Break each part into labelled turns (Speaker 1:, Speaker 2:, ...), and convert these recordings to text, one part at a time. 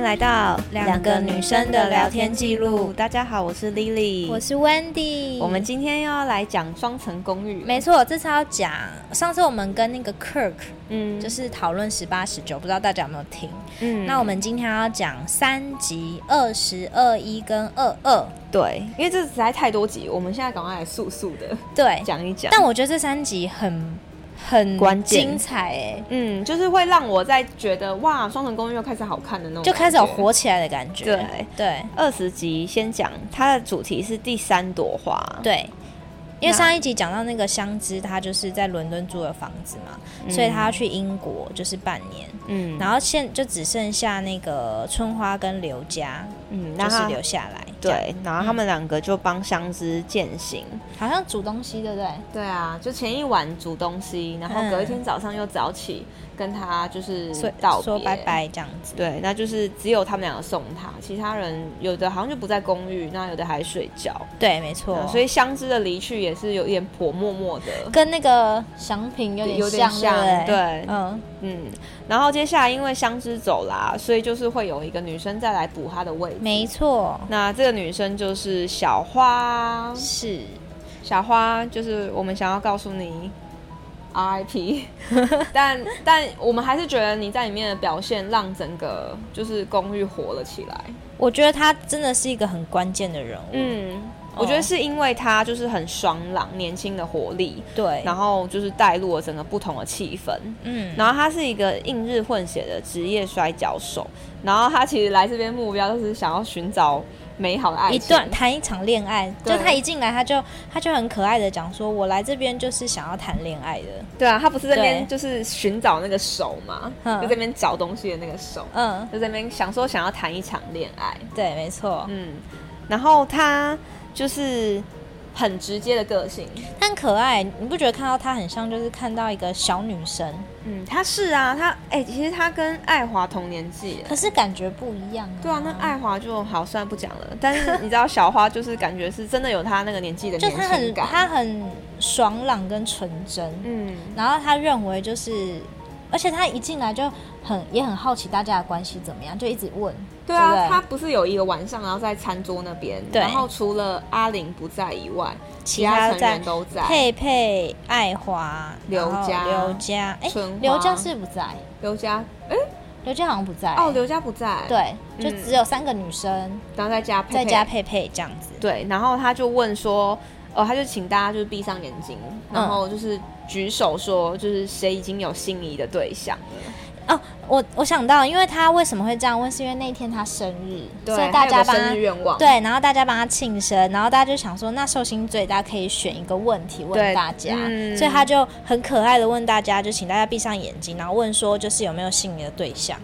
Speaker 1: 来到
Speaker 2: 两个女生的聊天记录
Speaker 1: 大家好，我是 Lily，
Speaker 2: 我是 Wendy。
Speaker 1: 我们今天要来讲双层公寓。
Speaker 2: 没错，这次要讲上次我们跟那个 Kirk
Speaker 1: 嗯
Speaker 2: 就是是讨论十八十九，不知道大家有没有听？
Speaker 1: 嗯
Speaker 2: 那我们今天要讲三集二十二一跟二二，
Speaker 1: 对，因为这实在太多集，我们现在赶快来速速的
Speaker 2: 对。
Speaker 1: 讲一讲。
Speaker 2: 哎但我觉得这三集很很
Speaker 1: 关键
Speaker 2: 精彩哎、
Speaker 1: 嗯，就是会让我在觉得哇，双层公寓又开始好看的那种，
Speaker 2: 就开始有。火起来的感觉。
Speaker 1: 对
Speaker 2: 对
Speaker 1: 二十集先讲，它的主题是第三朵花。
Speaker 2: 对，因为
Speaker 1: 那
Speaker 2: 上一集讲到那个香知，他就是在伦敦租的房子嘛，所以他要去英国就是半年，
Speaker 1: 嗯，
Speaker 2: 然后现就只剩下那个春花跟刘家
Speaker 1: 嗯，
Speaker 2: 就
Speaker 1: 然
Speaker 2: 是
Speaker 1: 后
Speaker 2: 留下来。这样，
Speaker 1: 对，然后他们两个就帮相知践行。
Speaker 2: 好像煮东西对不对？
Speaker 1: 对啊，就前一晚煮东西，然后
Speaker 2: 嗯
Speaker 1: 隔一天早上又早起跟他就是
Speaker 2: 所以
Speaker 1: 道别，
Speaker 2: 说拜。拜这样子。
Speaker 1: 对，那就是只有他们两个送他，其他人有的好像就不在公寓，那有的还睡觉。
Speaker 2: 对，没错
Speaker 1: 嗯。所以相知的离去也是有点婆默默 的。
Speaker 2: 跟那个祥平有
Speaker 1: 有
Speaker 2: 点
Speaker 1: 点
Speaker 2: 像，
Speaker 1: 像
Speaker 2: 对不
Speaker 1: 对
Speaker 2: 嗯，
Speaker 1: 嗯，然后接下来因为相知走啦，所以就是会有一个女生再来补她的位置。
Speaker 2: 没错，
Speaker 1: 那这个女生就是小花，
Speaker 2: 是
Speaker 1: 小花就是我们想要告诉你，RIP，但但我们还是觉得你在里面的表现让整个就是公寓火了起来。
Speaker 2: 我觉得他真的是一个很关键的人物。嗯，
Speaker 1: 嗯，我觉得是因为她就是很爽朗、年轻的活力，
Speaker 2: 对，
Speaker 1: 然后就是带入了整个不同的气氛。
Speaker 2: 嗯，
Speaker 1: 然后他是一个印日混血的职业摔跤手，然后他其实来这边目标就是想要寻找美好的爱情。
Speaker 2: 一段谈一场恋爱，
Speaker 1: 对
Speaker 2: 就他一进来，他就他就很可爱的讲说，我来这边就是想要谈恋爱的，
Speaker 1: 对啊，他不是在那边就
Speaker 2: 对
Speaker 1: 是寻找那个手嘛，
Speaker 2: 嗯
Speaker 1: 就在那边找东西的那个手，
Speaker 2: 嗯，
Speaker 1: 就在那边想说想要谈一场恋爱，
Speaker 2: 对，没错，
Speaker 1: 嗯，然后他就是很直接的个性，
Speaker 2: 他很可爱，你不觉得看到他很像就是看到一个小女生，
Speaker 1: 嗯，他是啊，他哎、其实他跟爱华同年纪，
Speaker 2: 可是感觉不一样、啊，
Speaker 1: 对啊，那爱华就好，算了不讲了，但是你知道小花就是感觉是真的有她那个年纪的
Speaker 2: 就
Speaker 1: 年
Speaker 2: 他
Speaker 1: 轻
Speaker 2: 很
Speaker 1: 感，
Speaker 2: 他很爽朗跟纯真，
Speaker 1: 嗯，
Speaker 2: 然后他认为就是。而且他一进来就很也很好奇大家的关系怎么样，就一直问。
Speaker 1: 对啊，
Speaker 2: 对不对
Speaker 1: 他不是有一个晚上，然后在餐桌那边，
Speaker 2: 对
Speaker 1: 然后除了阿玲不在以外，其
Speaker 2: 其他
Speaker 1: 成
Speaker 2: 在
Speaker 1: 员都在，
Speaker 2: 佩佩、爱华、
Speaker 1: 刘佳
Speaker 2: 然后刘佳，哎
Speaker 1: 春花，
Speaker 2: 刘佳是不在，
Speaker 1: 刘佳，哎、
Speaker 2: 刘佳好像不在。
Speaker 1: 哦，刘佳不在，，
Speaker 2: 对，就
Speaker 1: 嗯
Speaker 2: 只有三个女生，
Speaker 1: 然后再加佩
Speaker 2: 再
Speaker 1: 佩
Speaker 2: 加佩佩这样子。
Speaker 1: 对，然后他就问说，哦，他就请大家就是闭上眼睛，然
Speaker 2: 嗯
Speaker 1: 后就是举手说，就是谁已经有心仪的对象了，
Speaker 2: 哦，我我想到，因为他为什么会这样问，是因为那一天他生日，所以
Speaker 1: 他
Speaker 2: 大
Speaker 1: 有
Speaker 2: 家
Speaker 1: 个
Speaker 2: 帮
Speaker 1: 生
Speaker 2: 他
Speaker 1: 日。愿望，
Speaker 2: 对，然后大家帮他庆生，然后大家就想说，那寿星最大可以选一个问题
Speaker 1: 对
Speaker 2: 问大家，
Speaker 1: 嗯
Speaker 2: 所以他就很可爱的问大家，就请大家闭上眼睛，然后问说就是有没有心仪的对象，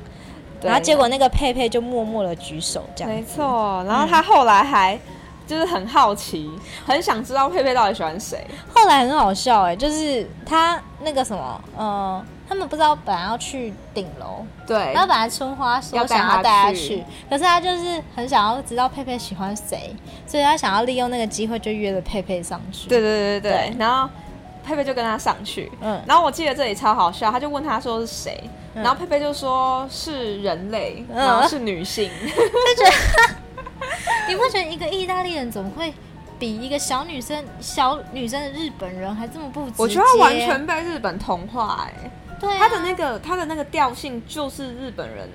Speaker 1: 对，
Speaker 2: 然后结果那个佩佩就默默的举手这样
Speaker 1: 没
Speaker 2: 子，
Speaker 1: 错，然后他后来还。就是很好奇，很想知道佩佩到底喜欢谁。
Speaker 2: 后来很好笑哎、就是他那个什么，呃，他们不知道本来要去顶楼，
Speaker 1: 对，
Speaker 2: 然后本来春花说
Speaker 1: 要带
Speaker 2: 想
Speaker 1: 他
Speaker 2: 要带他
Speaker 1: 去
Speaker 2: 去，可是他就是很想要知道佩佩喜欢谁，所以他想要利用那个机会就约了佩佩上去。
Speaker 1: 对对对对对，
Speaker 2: 对
Speaker 1: 然后佩佩就跟他上去，
Speaker 2: 嗯
Speaker 1: 然后我记得这里超好笑，他就问他说是谁，
Speaker 2: 嗯
Speaker 1: 然后佩佩就说是人类，
Speaker 2: 嗯
Speaker 1: 然后是女性，
Speaker 2: 你不觉得一个意大利人怎么会比一个小女生、小女生的日本人还这么不直接？
Speaker 1: 我觉得他完全被日本同化、哎、
Speaker 2: 对、啊、
Speaker 1: 他的那个他的那个调性就是日本人。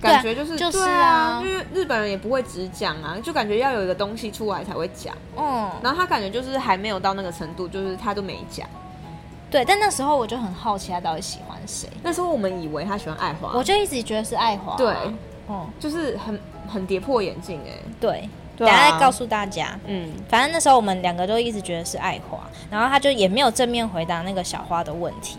Speaker 2: 对啊
Speaker 1: 感觉就是
Speaker 2: 就是
Speaker 1: 对
Speaker 2: 啊
Speaker 1: 因为日本人也不会只讲啊，就感觉要有一个东西出来才会讲。
Speaker 2: 嗯，
Speaker 1: 然后他感觉就是还没有到那个程度，就是他都没讲。
Speaker 2: 对。但那时候我就很好奇他到底喜欢谁，
Speaker 1: 那时候我们以为他喜欢爱华，
Speaker 2: 我就一直觉得是爱华。
Speaker 1: 对，
Speaker 2: 嗯，
Speaker 1: 就是很很跌破眼镜哎、
Speaker 2: 对。
Speaker 1: 对啊
Speaker 2: 等一下再告诉大家。
Speaker 1: 嗯，
Speaker 2: 反正那时候我们两个都一直觉得是爱华，然后他就也没有正面回答那个小花的问题，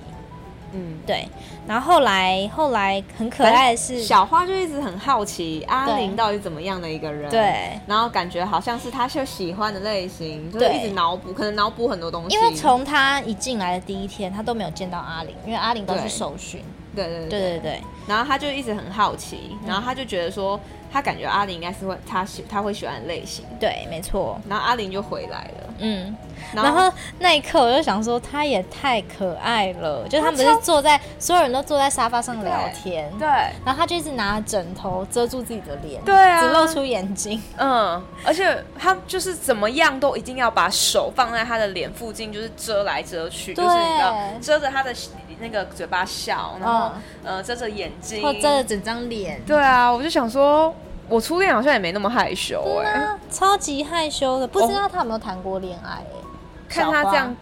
Speaker 1: 嗯，
Speaker 2: 对。然后后来后来很可爱的是，
Speaker 1: 小花就一直很好奇阿
Speaker 2: 对
Speaker 1: 玲到底怎么样的一个人，
Speaker 2: 对，
Speaker 1: 然后感觉好像是她就喜欢的类型，就是
Speaker 2: 对
Speaker 1: 一直脑补，可能脑补很多东西，
Speaker 2: 因为从他一进来的第一天，他都没有见到阿玲，因为阿玲都
Speaker 1: 对
Speaker 2: 是受训，
Speaker 1: 对对对
Speaker 2: 对对对，
Speaker 1: 然后他就一直很好奇，然后他就觉得说，他感觉阿玲应该是会他喜他会喜欢的类型，
Speaker 2: 对，没错，
Speaker 1: 然后阿玲就回来了，
Speaker 2: 嗯。
Speaker 1: 然
Speaker 2: 然
Speaker 1: 后
Speaker 2: 后那一刻我就想说，他也太可爱了，就他们不
Speaker 1: 他
Speaker 2: 是
Speaker 1: 超
Speaker 2: 坐在所有人都坐在沙发上聊
Speaker 1: 对
Speaker 2: 天，
Speaker 1: 对
Speaker 2: 然后他就一直拿枕头遮住自己的脸，
Speaker 1: 对啊
Speaker 2: 只露出眼睛，
Speaker 1: 嗯，而且他就是怎么样都一定要把手放在他的脸附近，就是遮来遮去，就
Speaker 2: 对
Speaker 1: 是你知道遮着他的那个嘴巴笑，然后、呃遮着眼睛，
Speaker 2: 或遮着整张脸，
Speaker 1: 对啊，我就想说，我初恋好像也没那么害羞哎、
Speaker 2: 啊，超级害羞的，不知道他有没有谈过恋爱、欸？
Speaker 1: 哦看他
Speaker 2: 小花
Speaker 1: 这样，，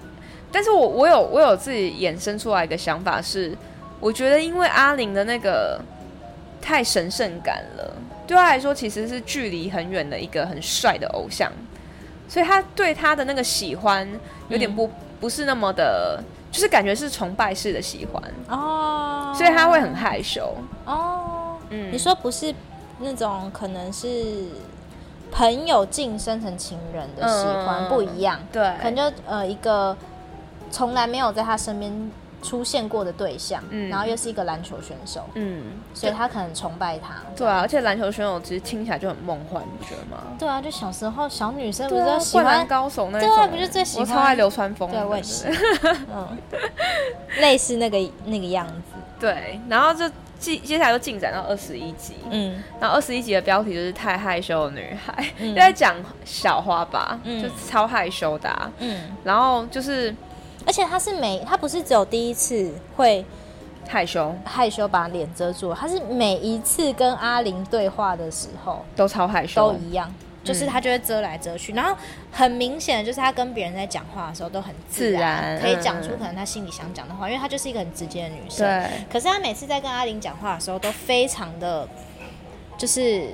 Speaker 1: 但是我我有我有自己衍生出来一个想法是，我觉得因为阿玲的那个太神圣感了，对他来说其实是距离很远的一个很帅的偶像，所以他对他的那个喜欢有点
Speaker 2: 嗯
Speaker 1: 不、不是那么的，就是感觉是崇拜式的喜欢，
Speaker 2: 哦，
Speaker 1: 所以他会很害羞。
Speaker 2: 哦，
Speaker 1: 嗯
Speaker 2: 你说不是那种可能是朋友晋升成情人的喜欢、
Speaker 1: 嗯
Speaker 2: 不一样，
Speaker 1: 对，
Speaker 2: 可能就呃一个从来没有在他身边出现过的对象，
Speaker 1: 嗯
Speaker 2: 然后又是一个篮球选手，
Speaker 1: 嗯，
Speaker 2: 所以他可能崇拜他。
Speaker 1: 对啊，而且篮球选手其实听起来就很梦幻，你觉得吗？
Speaker 2: 对啊，就小时候小女生不
Speaker 1: 对
Speaker 2: 是
Speaker 1: 啊
Speaker 2: 都喜
Speaker 1: 灌
Speaker 2: 欢
Speaker 1: 篮高手那
Speaker 2: 对
Speaker 1: 种，
Speaker 2: 啊不就最喜
Speaker 1: 我超
Speaker 2: 欢
Speaker 1: 爱流川枫的，
Speaker 2: 对，我也是，嗯， 类似那个那个样子，
Speaker 1: 对，然后就接接下来就进展到二十一集，
Speaker 2: 嗯，
Speaker 1: 然后二十一集的标题就是“太害羞的女孩”，
Speaker 2: 嗯
Speaker 1: 就在讲小花吧，
Speaker 2: 嗯
Speaker 1: 就超害羞的啊、
Speaker 2: 嗯，
Speaker 1: 然后就是
Speaker 2: 而且他是每他不是只有第一次会
Speaker 1: 害羞
Speaker 2: 害羞把脸遮住，他是每一次跟阿玲对话的时候
Speaker 1: 都超害羞，
Speaker 2: 都一样，
Speaker 1: 嗯
Speaker 2: 就是他就会遮来遮去，然后很明显的就是他跟别人在讲话的时候都很自然，
Speaker 1: 自然
Speaker 2: 可以讲出
Speaker 1: 嗯
Speaker 2: 可能他心里想讲的话，因为他就是一个很直接的女生。
Speaker 1: 对，
Speaker 2: 可是他每次在跟阿玲讲话的时候都非常的，就是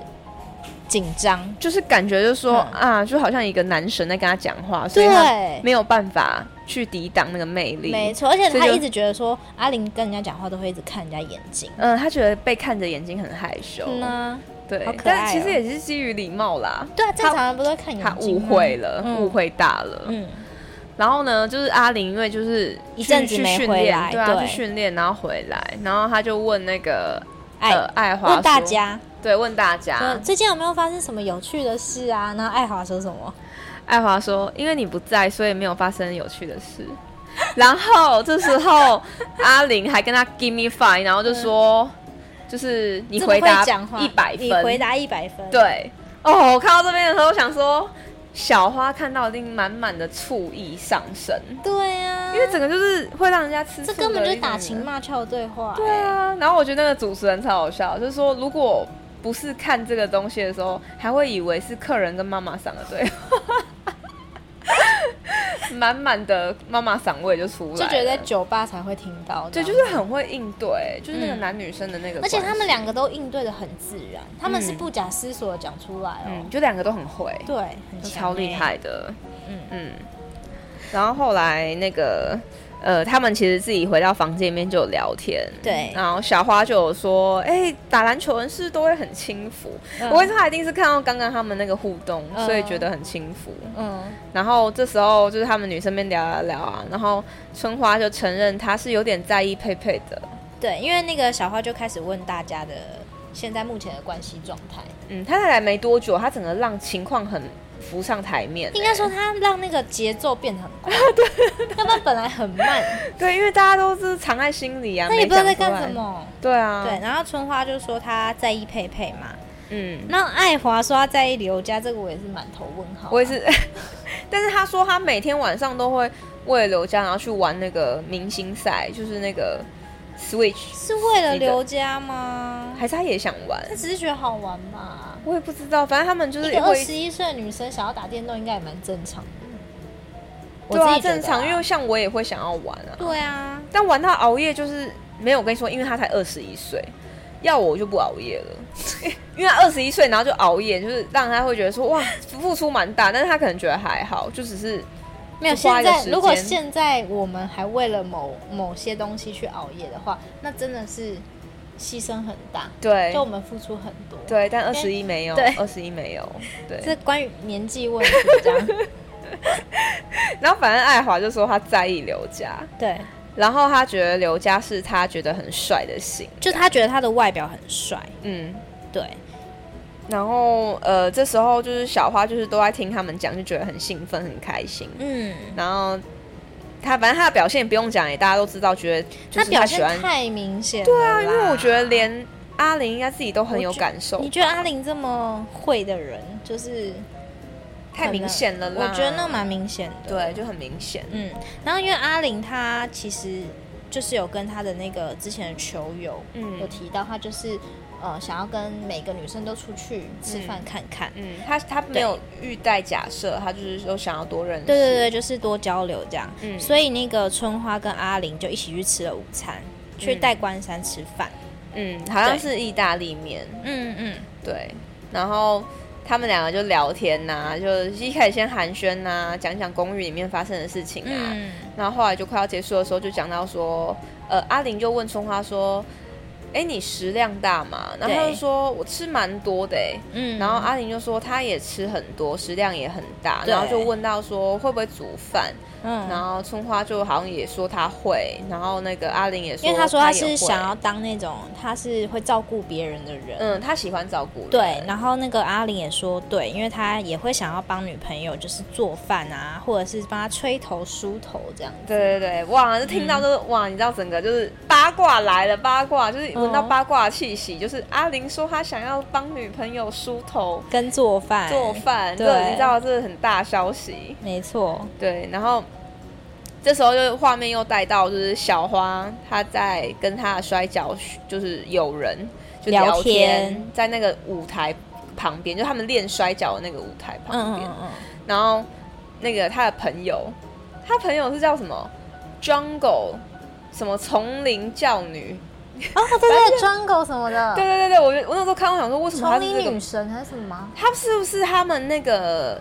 Speaker 2: 紧张，
Speaker 1: 就是感觉就说、
Speaker 2: 嗯
Speaker 1: 啊，就好像一个男神在跟她讲话，所以她
Speaker 2: 对
Speaker 1: 没有办法去抵挡那个魅力，
Speaker 2: 没错，而且
Speaker 1: 所以
Speaker 2: 他
Speaker 1: 就
Speaker 2: 一直觉得说阿玲跟人家讲话都会一直看人家眼睛，
Speaker 1: 嗯，她觉得被看着眼睛很害羞，
Speaker 2: 嗯啊，
Speaker 1: 对
Speaker 2: 好可，
Speaker 1: 但
Speaker 2: 爱
Speaker 1: 其实
Speaker 2: 哦
Speaker 1: 也是基于礼貌啦，
Speaker 2: 对啊，正常人不都会看
Speaker 1: 她
Speaker 2: 眼睛
Speaker 1: 误
Speaker 2: 吗
Speaker 1: 会了，
Speaker 2: 嗯
Speaker 1: 误会大了，
Speaker 2: 嗯，
Speaker 1: 然后呢，就是阿玲，因为就是
Speaker 2: 一
Speaker 1: 去
Speaker 2: 阵子
Speaker 1: 去
Speaker 2: 没
Speaker 1: 训
Speaker 2: 回
Speaker 1: 练
Speaker 2: 来
Speaker 1: 对啊，
Speaker 2: 对
Speaker 1: 去训练，然后回来，然后他就问那个
Speaker 2: 爱
Speaker 1: 呃爱华
Speaker 2: 问哎大
Speaker 1: 说，
Speaker 2: 家
Speaker 1: 对，问大
Speaker 2: 说
Speaker 1: 家，
Speaker 2: 最近有没有发生什么有趣的事啊？然后爱华说什么？
Speaker 1: 爱华说，因为你不在，所以没有发生有趣的事。 然后这时候阿玲还跟他 give me five，然后就说，就是你
Speaker 2: 这么
Speaker 1: 回答
Speaker 2: 会讲话
Speaker 1: 一百
Speaker 2: 你回
Speaker 1: 分，
Speaker 2: 答一百分，，
Speaker 1: 对，哦，我看到这边的时候我想说，小花看到一定满满的醋意上升，
Speaker 2: 对啊，
Speaker 1: 因为整个就是会让人家吃醋
Speaker 2: 这
Speaker 1: 的
Speaker 2: 根本就
Speaker 1: 一
Speaker 2: 是
Speaker 1: 种
Speaker 2: 打
Speaker 1: 人啊
Speaker 2: 情骂俏的对话，欸
Speaker 1: 对啊，然后我觉得那个主持人超好笑，就是说如果不是看这个东西的时候，还会以为是客人跟妈妈桑的对 话，满满的妈妈桑味就出来了，
Speaker 2: 就觉得在酒吧才会听到，
Speaker 1: 对，
Speaker 2: 这
Speaker 1: 就
Speaker 2: 样
Speaker 1: 是很会应对，就是那个
Speaker 2: 嗯
Speaker 1: 男女生的那个、
Speaker 2: 而且他们，两个都应对的很自然，他们是不假思索的讲出来哦
Speaker 1: 嗯，，就两个都很会，
Speaker 2: 对，很
Speaker 1: 都
Speaker 2: 强
Speaker 1: 超厉
Speaker 2: 欸，
Speaker 1: 害的，
Speaker 2: 嗯
Speaker 1: 嗯，然后后来那个。呃，他们其实自己回到房间里面就有聊天，
Speaker 2: 对
Speaker 1: 然后小花就有说，哎、打篮球人是不是都会很轻浮，
Speaker 2: 嗯
Speaker 1: 我跟他一定是看到刚刚他们那个互动，
Speaker 2: 嗯
Speaker 1: 所以觉得很轻浮。
Speaker 2: 嗯，
Speaker 1: 然后这时候就是他们女生边聊啊聊啊，然后春花就承认她是有点在意佩佩的，
Speaker 2: 对，因为那个小花就开始问大家的现在目前的关系状态，
Speaker 1: 嗯，她才来没多久，她整个让情况很浮上台面、
Speaker 2: 应该说
Speaker 1: 欸
Speaker 2: 她让那个节奏变得很 快，对，要不然本来很慢，
Speaker 1: 对，因为大家都是藏在心里啊，
Speaker 2: 那也不知道
Speaker 1: 讲
Speaker 2: 在
Speaker 1: 出来
Speaker 2: 干什。么。
Speaker 1: 对啊，
Speaker 2: 对，，然后春花就说她在意佩佩嘛，
Speaker 1: 嗯，
Speaker 2: 那爱华说她在意刘家，这个我也是满头问号啊、
Speaker 1: 我也是， 但是她说她每天晚上都会为了刘佳，然后去玩那个明星赛，就是那个 Switch，
Speaker 2: 是为了刘家吗？
Speaker 1: 还是她也想玩？
Speaker 2: 她只是觉得好玩嘛。
Speaker 1: 我也不知道，反正他们就是
Speaker 2: 一个二
Speaker 1: 会
Speaker 2: 十一岁的女生想要打电动，应该也蛮正常的。我
Speaker 1: 对啊，
Speaker 2: 自己觉得
Speaker 1: 正常，因为像我也会想要玩啊，
Speaker 2: 对啊，
Speaker 1: 但玩到熬夜就是没有。我跟你说，因为他才二十一岁，要我就不熬夜了， 因为他二十一岁，然后就熬夜，就是让他会觉得说哇，付出蛮大，但是他可能觉得还好，就只是
Speaker 2: 没有
Speaker 1: 就花一
Speaker 2: 现
Speaker 1: 个
Speaker 2: 在。
Speaker 1: 时间
Speaker 2: 如果现在我们还为了某某些东西去熬夜的话，那真的是牺牲很大，
Speaker 1: 对
Speaker 2: 就我们付出很多。，
Speaker 1: 对，但二十一没有，
Speaker 2: 对
Speaker 1: 二十一没有，对。
Speaker 2: 这关于年纪 问题，这样
Speaker 1: 然后反正爱华就说他在意刘家，
Speaker 2: 对，
Speaker 1: 然后他觉得刘佳是他觉得很帅的型，
Speaker 2: 就他觉得他的外表很帅，
Speaker 1: 嗯，
Speaker 2: 对，
Speaker 1: 然后呃，这时候就是小花就是都在听他们讲，就觉得很兴奋很开心。
Speaker 2: 嗯，
Speaker 1: 然后他反正他的表现也不用讲，也大家都知道，觉得就
Speaker 2: 他
Speaker 1: 是
Speaker 2: 表
Speaker 1: 喜欢
Speaker 2: 现，太明显，对啊，
Speaker 1: 因为我觉得连阿玲应该自己都很有感受
Speaker 2: 你，觉得阿玲这么会的人，就是
Speaker 1: 太明显了啦。
Speaker 2: 我觉得那蛮明显的，
Speaker 1: 对，就很明显。
Speaker 2: 嗯，然后因为阿玲她其实就是有跟她的那个之前的球友
Speaker 1: 嗯
Speaker 2: 有提到，她就是呃想要跟每个女生都出去吃饭看看，
Speaker 1: 嗯，他他没有欲带假设，他就是说想要多认识。
Speaker 2: 对对对，就是多交流这样。
Speaker 1: 嗯
Speaker 2: 所以那个春花跟阿玲就一起去吃了午餐，去代官山吃饭。
Speaker 1: 嗯，好像是意大利面，
Speaker 2: 嗯嗯，
Speaker 1: 对。然后他们两个就聊天呐、就是一开始先寒暄呐、讲讲公寓里面发生的事情啊。
Speaker 2: 嗯
Speaker 1: 然后后来就快要结束的时候，就讲到说，呃，阿玲就问春花说：“哎，你食量大吗？”然后她就说：“我吃蛮多的、欸。”
Speaker 2: 嗯，
Speaker 1: 然后阿玲就说她也吃很多，食量也很大，
Speaker 2: 对
Speaker 1: 然后就问到说会不会煮饭，然
Speaker 2: 嗯，
Speaker 1: 后春花就好像也说她会，然后那个阿玲也说，
Speaker 2: 因为
Speaker 1: 她
Speaker 2: 她说她是
Speaker 1: 也会
Speaker 2: 想要，当那种她是会照顾别人的人。
Speaker 1: 嗯，她喜欢照顾人，
Speaker 2: 对，然后那个阿玲也说，对，因为她也会想要帮女朋友，就是做饭啊，或者是帮她吹头、梳头这样。
Speaker 1: 对对对，哇，就听到就是、
Speaker 2: 嗯
Speaker 1: 哇，你知道整个就是八卦来了，八卦就是闻到
Speaker 2: 嗯
Speaker 1: 八卦的气息，就是阿玲说她想要帮女朋友梳头。
Speaker 2: 跟做饭，
Speaker 1: 做饭，
Speaker 2: 对
Speaker 1: 这你知道这是很大消息。
Speaker 2: 没错，
Speaker 1: 对，然后这时候就画面又带到就是小花她在跟她的摔跤就是友人就
Speaker 2: 聊
Speaker 1: 聊
Speaker 2: 天
Speaker 1: 在那个舞台旁边，就他们练摔跤的那个舞台旁
Speaker 2: 嗯
Speaker 1: 边，
Speaker 2: 嗯嗯
Speaker 1: 然后那个她的朋友，她朋友是叫什么 Jungle 什么丛林教女。
Speaker 2: 嗯，哦，对对，Jungle 什么的，
Speaker 1: 对对对对，我就我那时候看，我想说为什么她
Speaker 2: 丛
Speaker 1: 是啊
Speaker 2: 林
Speaker 1: 这个
Speaker 2: 女神还是什么吗？
Speaker 1: 他是不是他们那个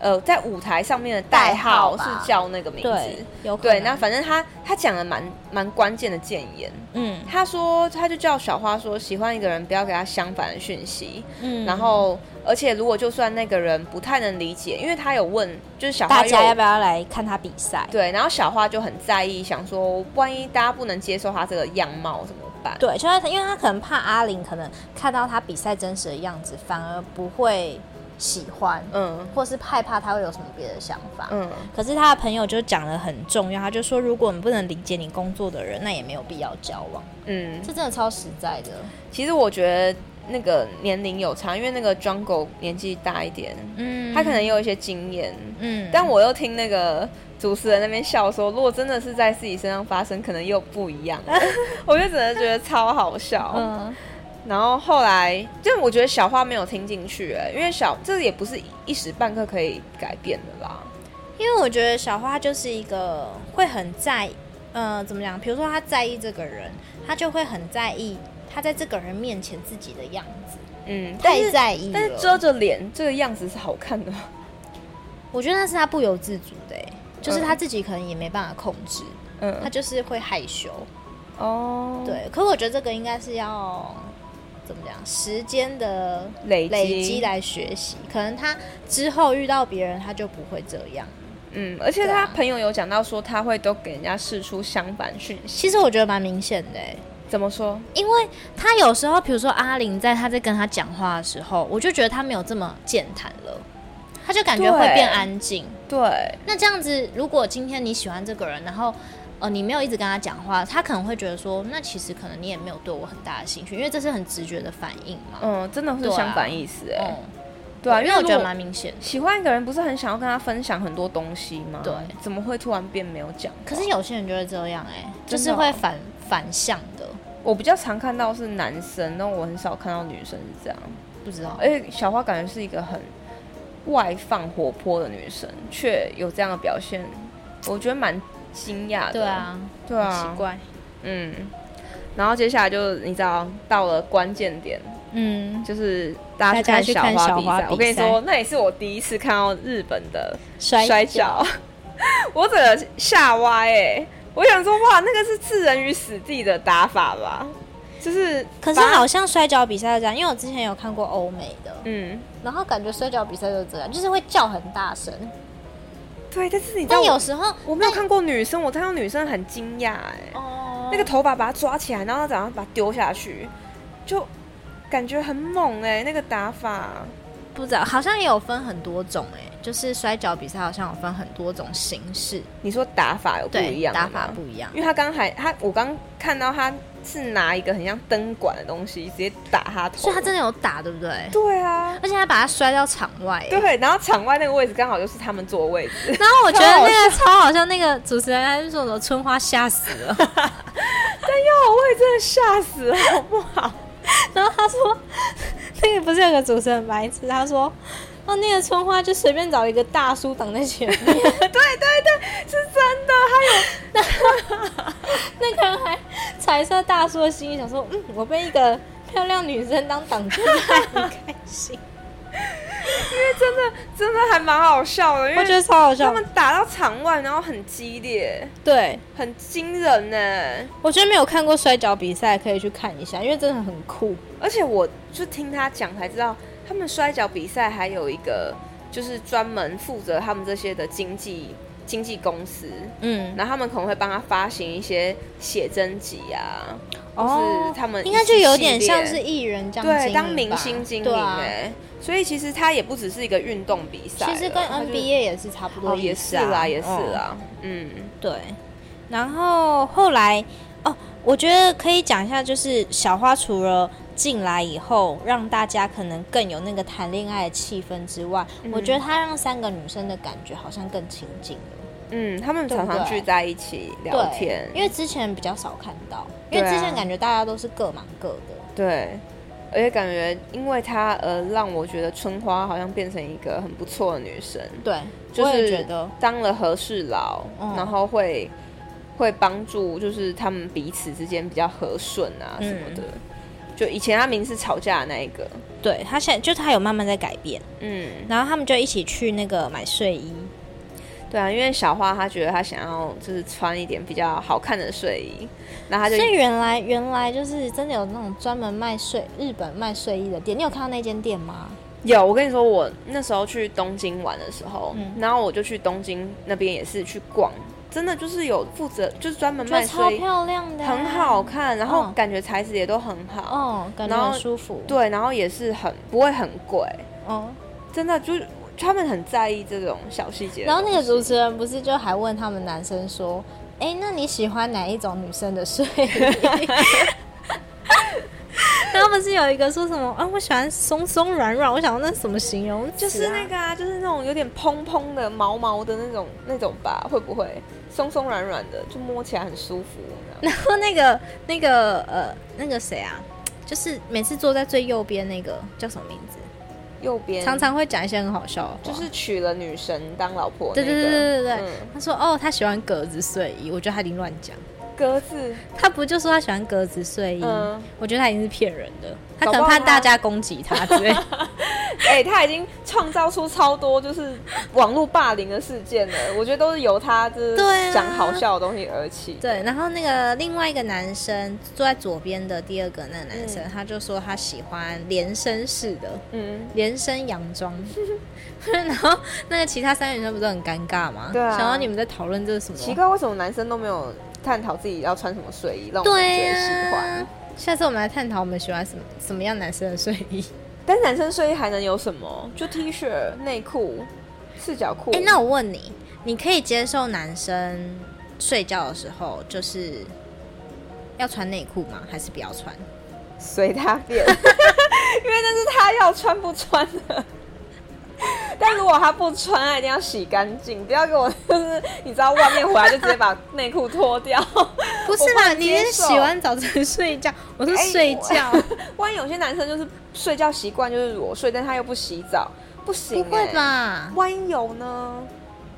Speaker 1: 呃，在舞台上面的代号
Speaker 2: 代号
Speaker 1: 是
Speaker 2: 吧
Speaker 1: 叫那个名
Speaker 2: 对
Speaker 1: 字？，
Speaker 2: 有可
Speaker 1: 对，
Speaker 2: 能
Speaker 1: 那反正他他讲了蛮蛮关键的谏言。
Speaker 2: 嗯
Speaker 1: 他说，他就叫小花说，喜欢一个人不要给他相反的讯息。
Speaker 2: 嗯，
Speaker 1: 然后，而且如果就算那个人不太能理解，因为他有问，就是小花
Speaker 2: 大家
Speaker 1: 有
Speaker 2: 要不要来看她比赛？
Speaker 1: 对，然后小花就很在意，想说万一大家不能接受他这个样貌怎么办？
Speaker 2: 对，就是她因为她可能怕阿玲可能看到她比赛真实的样子，反而不会喜欢，
Speaker 1: 嗯
Speaker 2: 或是害怕她会有什么别的想法。
Speaker 1: 嗯，
Speaker 2: 可是她的朋友就讲的很重要，他就说，如果你不能理解你工作的人，那也没有必要交往。
Speaker 1: 嗯，
Speaker 2: 这真的超实在的。
Speaker 1: 其实我觉得那个年龄有差，因为那个 Jungle 年纪大一点，
Speaker 2: 嗯
Speaker 1: 他可能也有一些经验，
Speaker 2: 嗯，
Speaker 1: 但我又听那个主持人那边笑说，如果真的是在自己身上发生，可能又不一 样了。我就只能觉得超好笑。
Speaker 2: 嗯
Speaker 1: 然后后来，就我觉得小花没有听进去、欸，因为小这也不是一时半刻可以改变的啦。
Speaker 2: 因为我觉得小花就是一个会很在，呃，怎么讲？比如说她在意这个人，她就会很在意她在这个人面前自己的样子，
Speaker 1: 嗯，但
Speaker 2: 太
Speaker 1: 是
Speaker 2: 在意了。
Speaker 1: 但是遮着脸这个样子是好看的吗？
Speaker 2: 我觉得那是她不由自主的、欸，就是她自己可能也没办法控制，她
Speaker 1: 嗯，
Speaker 2: 就是会害羞。
Speaker 1: 哦，，
Speaker 2: 对，可我觉得这个应该是要怎么讲？时间的
Speaker 1: 累积
Speaker 2: 累积来学习，可能她之后遇到别人，她就不会这样。
Speaker 1: 嗯，而且
Speaker 2: 对啊
Speaker 1: 他朋友有讲到说他会都给人家试出相反讯息，
Speaker 2: 其实我觉得蛮明显的、欸。
Speaker 1: 怎么说？
Speaker 2: 因为他有时候，比如说阿玲在他在跟他讲话的时候，我就觉得他没有这么健谈了，他就感觉会
Speaker 1: 对
Speaker 2: 变安静。
Speaker 1: 对，
Speaker 2: 那这样子，如果今天你喜欢这个人，然后呃你没有一直跟他讲话，他可能会觉得说，那其实可能你也没有对我很大的兴趣，因为这是很直觉的反应嘛。
Speaker 1: 嗯，真的是
Speaker 2: 对啊
Speaker 1: 相反意思哎、
Speaker 2: 嗯，
Speaker 1: 对啊，
Speaker 2: 因
Speaker 1: 因为
Speaker 2: 为我觉
Speaker 1: 如果
Speaker 2: 得蛮明显的。
Speaker 1: 喜欢一个人，不是很想要跟他分享很多东西吗？
Speaker 2: 对
Speaker 1: 怎么会突然变没有讲话？
Speaker 2: 可是有些人就会这样哎、就
Speaker 1: 真的
Speaker 2: 是
Speaker 1: 哦
Speaker 2: 会反反向的，
Speaker 1: 我比较常看到是男生，那我很少看到女生是这样。
Speaker 2: 不知道。
Speaker 1: 而且小花感觉是一个很外放、活泼的女生，却有这样的表现，我觉得蛮惊讶的。
Speaker 2: 对，啊，
Speaker 1: 对啊，
Speaker 2: 奇怪。
Speaker 1: 嗯。然后接下来就你知道到了关键点，
Speaker 2: 嗯，
Speaker 1: 就是大家去
Speaker 2: 大家
Speaker 1: 看
Speaker 2: 去
Speaker 1: 小
Speaker 2: 看
Speaker 1: 花
Speaker 2: 小
Speaker 1: 比
Speaker 2: 花
Speaker 1: 赛。
Speaker 2: 比
Speaker 1: 我跟你
Speaker 2: 赛
Speaker 1: 说，那也是我第一次看到日本的
Speaker 2: 摔
Speaker 1: 摔跤， 我整个吓歪哎、我想说，哇，那个是置人于死地的打法吧？就是，
Speaker 2: 可是好，像摔跤比赛是这样，因为我之前有看过欧美的，
Speaker 1: 嗯，
Speaker 2: 然后感觉摔跤比赛就是这样，就是会叫很大声，
Speaker 1: 对，但是你知道
Speaker 2: 但
Speaker 1: 我
Speaker 2: 有时候
Speaker 1: 我没有看过女生，我看到女生很惊讶哎，
Speaker 2: 哦，
Speaker 1: 那个头发把它抓起来，然后她早上把它丢下去，就感觉很猛哎、那个打法。
Speaker 2: 不知道，好像也有分很多种哎、就是摔跤比赛好像有分很多种形式，
Speaker 1: 你说打法有不
Speaker 2: 对，
Speaker 1: 一样
Speaker 2: 打
Speaker 1: 吗
Speaker 2: 法不一样
Speaker 1: 因。为他刚还他我刚看到他是拿一个很像灯管的东西直接打他头，
Speaker 2: 所以他真的有打，对不对？
Speaker 1: 对啊，
Speaker 2: 而且他把他摔到场外、欸，
Speaker 1: 对，然后场外那个位置刚好就是他们坐的位 置，
Speaker 2: 然后我觉得那个超好笑，那个主持人他就说什么春花吓死 了，
Speaker 1: 哦，我也真的吓死了，好不 好？
Speaker 2: 然后他说那个不是有个主持人白痴，他说哦那个春花就随便找一个大叔挡在前面，
Speaker 1: 对对对，是真的，
Speaker 2: 那个人还彩色大叔的心里想说，嗯，我被一个漂亮女生当挡箭牌， 很开心。
Speaker 1: 他真的还蛮好笑的，因
Speaker 2: 我觉
Speaker 1: 为
Speaker 2: 得超好
Speaker 1: 他
Speaker 2: 笑
Speaker 1: 们。打到场外，然后很激烈，
Speaker 2: 对，
Speaker 1: 很惊人呢。
Speaker 2: 我觉得没有看过摔跤比赛可以去看一下，因为真的很酷。
Speaker 1: 而且我就听他讲才知道，他们摔跤比赛还有一个就是专门负责他们这些的经纪经纪公司，
Speaker 2: 嗯，
Speaker 1: 然后他们可能会帮他发行一些写真集啊，或是他们
Speaker 2: 哦应该就有点
Speaker 1: 一系列
Speaker 2: 像是艺人这样经
Speaker 1: 对
Speaker 2: 营
Speaker 1: 当明
Speaker 2: 吧
Speaker 1: 星经营
Speaker 2: 对
Speaker 1: 哎、
Speaker 2: 啊
Speaker 1: 所以其实它也不只是一个运动比赛了，
Speaker 2: 其实跟
Speaker 1: 它就
Speaker 2: NBA 也是差不多
Speaker 1: 哦
Speaker 2: 的
Speaker 1: 也
Speaker 2: 意
Speaker 1: 是
Speaker 2: 思啊、
Speaker 1: 啦，也是
Speaker 2: 啊。
Speaker 1: 啦，嗯，
Speaker 2: 对，然后后来哦，我觉得可以讲一下，就是小花除了进来以后，让大家可能更有那个谈恋爱的气氛之外，我觉得她让三个女生的感觉好像更亲近了，
Speaker 1: 嗯，他们
Speaker 2: 对
Speaker 1: 常
Speaker 2: 不
Speaker 1: 常
Speaker 2: 对
Speaker 1: 聚在一起聊
Speaker 2: 对
Speaker 1: 天，
Speaker 2: 因为之前比较少看到，因
Speaker 1: 对
Speaker 2: 为
Speaker 1: 啊
Speaker 2: 之前感觉大家都是各忙各的，
Speaker 1: 对，而且感觉因为她呃，让我觉得春花好像变成一个很不错的女生，
Speaker 2: 对，啊
Speaker 1: 就
Speaker 2: 我也
Speaker 1: 是
Speaker 2: 觉得，
Speaker 1: 当了和事佬，
Speaker 2: 嗯
Speaker 1: 然后会会帮助，就是他们彼此之间比较和顺啊什么的。就以前他明明是吵架的那一个，
Speaker 2: 对她现在就她有慢慢在改变，
Speaker 1: 嗯，
Speaker 2: 然后他们就一起去那个买睡衣，
Speaker 1: 对啊，因为小花她觉得她想要就是穿一点比较好看的睡衣，然后她就
Speaker 2: 所以原来原来就是真的有那种专门卖睡日本卖睡衣的店，你有看到那间店吗？
Speaker 1: 有，我跟你说，我那时候去东京玩的时候，
Speaker 2: 嗯
Speaker 1: 然后我就去东京那边也是去逛，真的就是有负责就是专门
Speaker 2: 我觉
Speaker 1: 卖
Speaker 2: 得超
Speaker 1: 睡衣，
Speaker 2: 漂亮的、
Speaker 1: 很好，看，然后
Speaker 2: 嗯
Speaker 1: 感觉材质也都很好，
Speaker 2: 哦，感
Speaker 1: 然
Speaker 2: 觉
Speaker 1: 后
Speaker 2: 很舒服，，
Speaker 1: 对，然后也是很不会很贵，
Speaker 2: 哦。
Speaker 1: 真的就是他们很在意这种小细节。
Speaker 2: 然后那个主持人不是就还问他们男生说：“哎、那你喜欢哪一种女生的睡衣？” 然后不是有一个说什么啊，我喜欢松松软软，我想说那是什么形容词啊、
Speaker 1: 就是那个啊，就是那种有点蓬蓬的、毛毛的那种那种吧，会不会松松软软的，就摸起来很舒服？
Speaker 2: 然后那个那个呃那个谁啊，就是每次坐在最右边那个叫什么名字？
Speaker 1: 右边
Speaker 2: 常常会讲一些很好笑的话，
Speaker 1: 嗯就是娶了女神当老婆、那
Speaker 2: 对
Speaker 1: 个，
Speaker 2: 对对对对对。
Speaker 1: 嗯
Speaker 2: 他说哦，他喜欢格子睡衣，我觉得他已经乱讲。
Speaker 1: 格子，
Speaker 2: 他不就说他喜欢格子睡衣？
Speaker 1: 嗯
Speaker 2: 我觉得他已经是骗人的，他可
Speaker 1: 搞不
Speaker 2: 能
Speaker 1: 好
Speaker 2: 怕
Speaker 1: 他
Speaker 2: 大家攻击他之类。
Speaker 1: 哎、他已经创造出超多就是网络霸凌的事件了，我觉得都是由他就是
Speaker 2: 对啊
Speaker 1: 讲好笑的东西而起。
Speaker 2: 对，然后那个另外一个男生坐在左边的第二个那个男生，他就说他喜欢连身式的
Speaker 1: 嗯，
Speaker 2: 连身洋装。 然后那个其他三个女生不是很尴尬吗？
Speaker 1: 对啊
Speaker 2: 想到你们在讨论这是什么？
Speaker 1: 奇怪，为什么男生都没有探讨自己要穿什么睡衣，让我们
Speaker 2: 对啊
Speaker 1: 觉得喜
Speaker 2: 呀、
Speaker 1: 欢？
Speaker 2: 下次我们来探讨我们喜欢什么什么样男生的睡衣。
Speaker 1: 但男生睡衣还能有什么？就 T 恤、内裤、四角裤。
Speaker 2: 哎、那我问你，你可以接受男生睡觉的时候就是要穿内裤吗？还是不要穿？
Speaker 1: 随他便， 因为那是他要穿不穿的。但如果他不穿，他一定要洗干净，不要给我就是你知道外面回来就直接把内裤脱掉。
Speaker 2: 不是
Speaker 1: 我不
Speaker 2: 啦，
Speaker 1: 能
Speaker 2: 你
Speaker 1: 接
Speaker 2: 是
Speaker 1: 受
Speaker 2: 洗完澡才 睡觉，我是
Speaker 1: 哎
Speaker 2: 睡觉，
Speaker 1: 万一有些男生就是睡觉习惯就是裸睡，但他又不洗澡，不行、
Speaker 2: 不
Speaker 1: 欸。
Speaker 2: 会？吧？
Speaker 1: 万一有呢？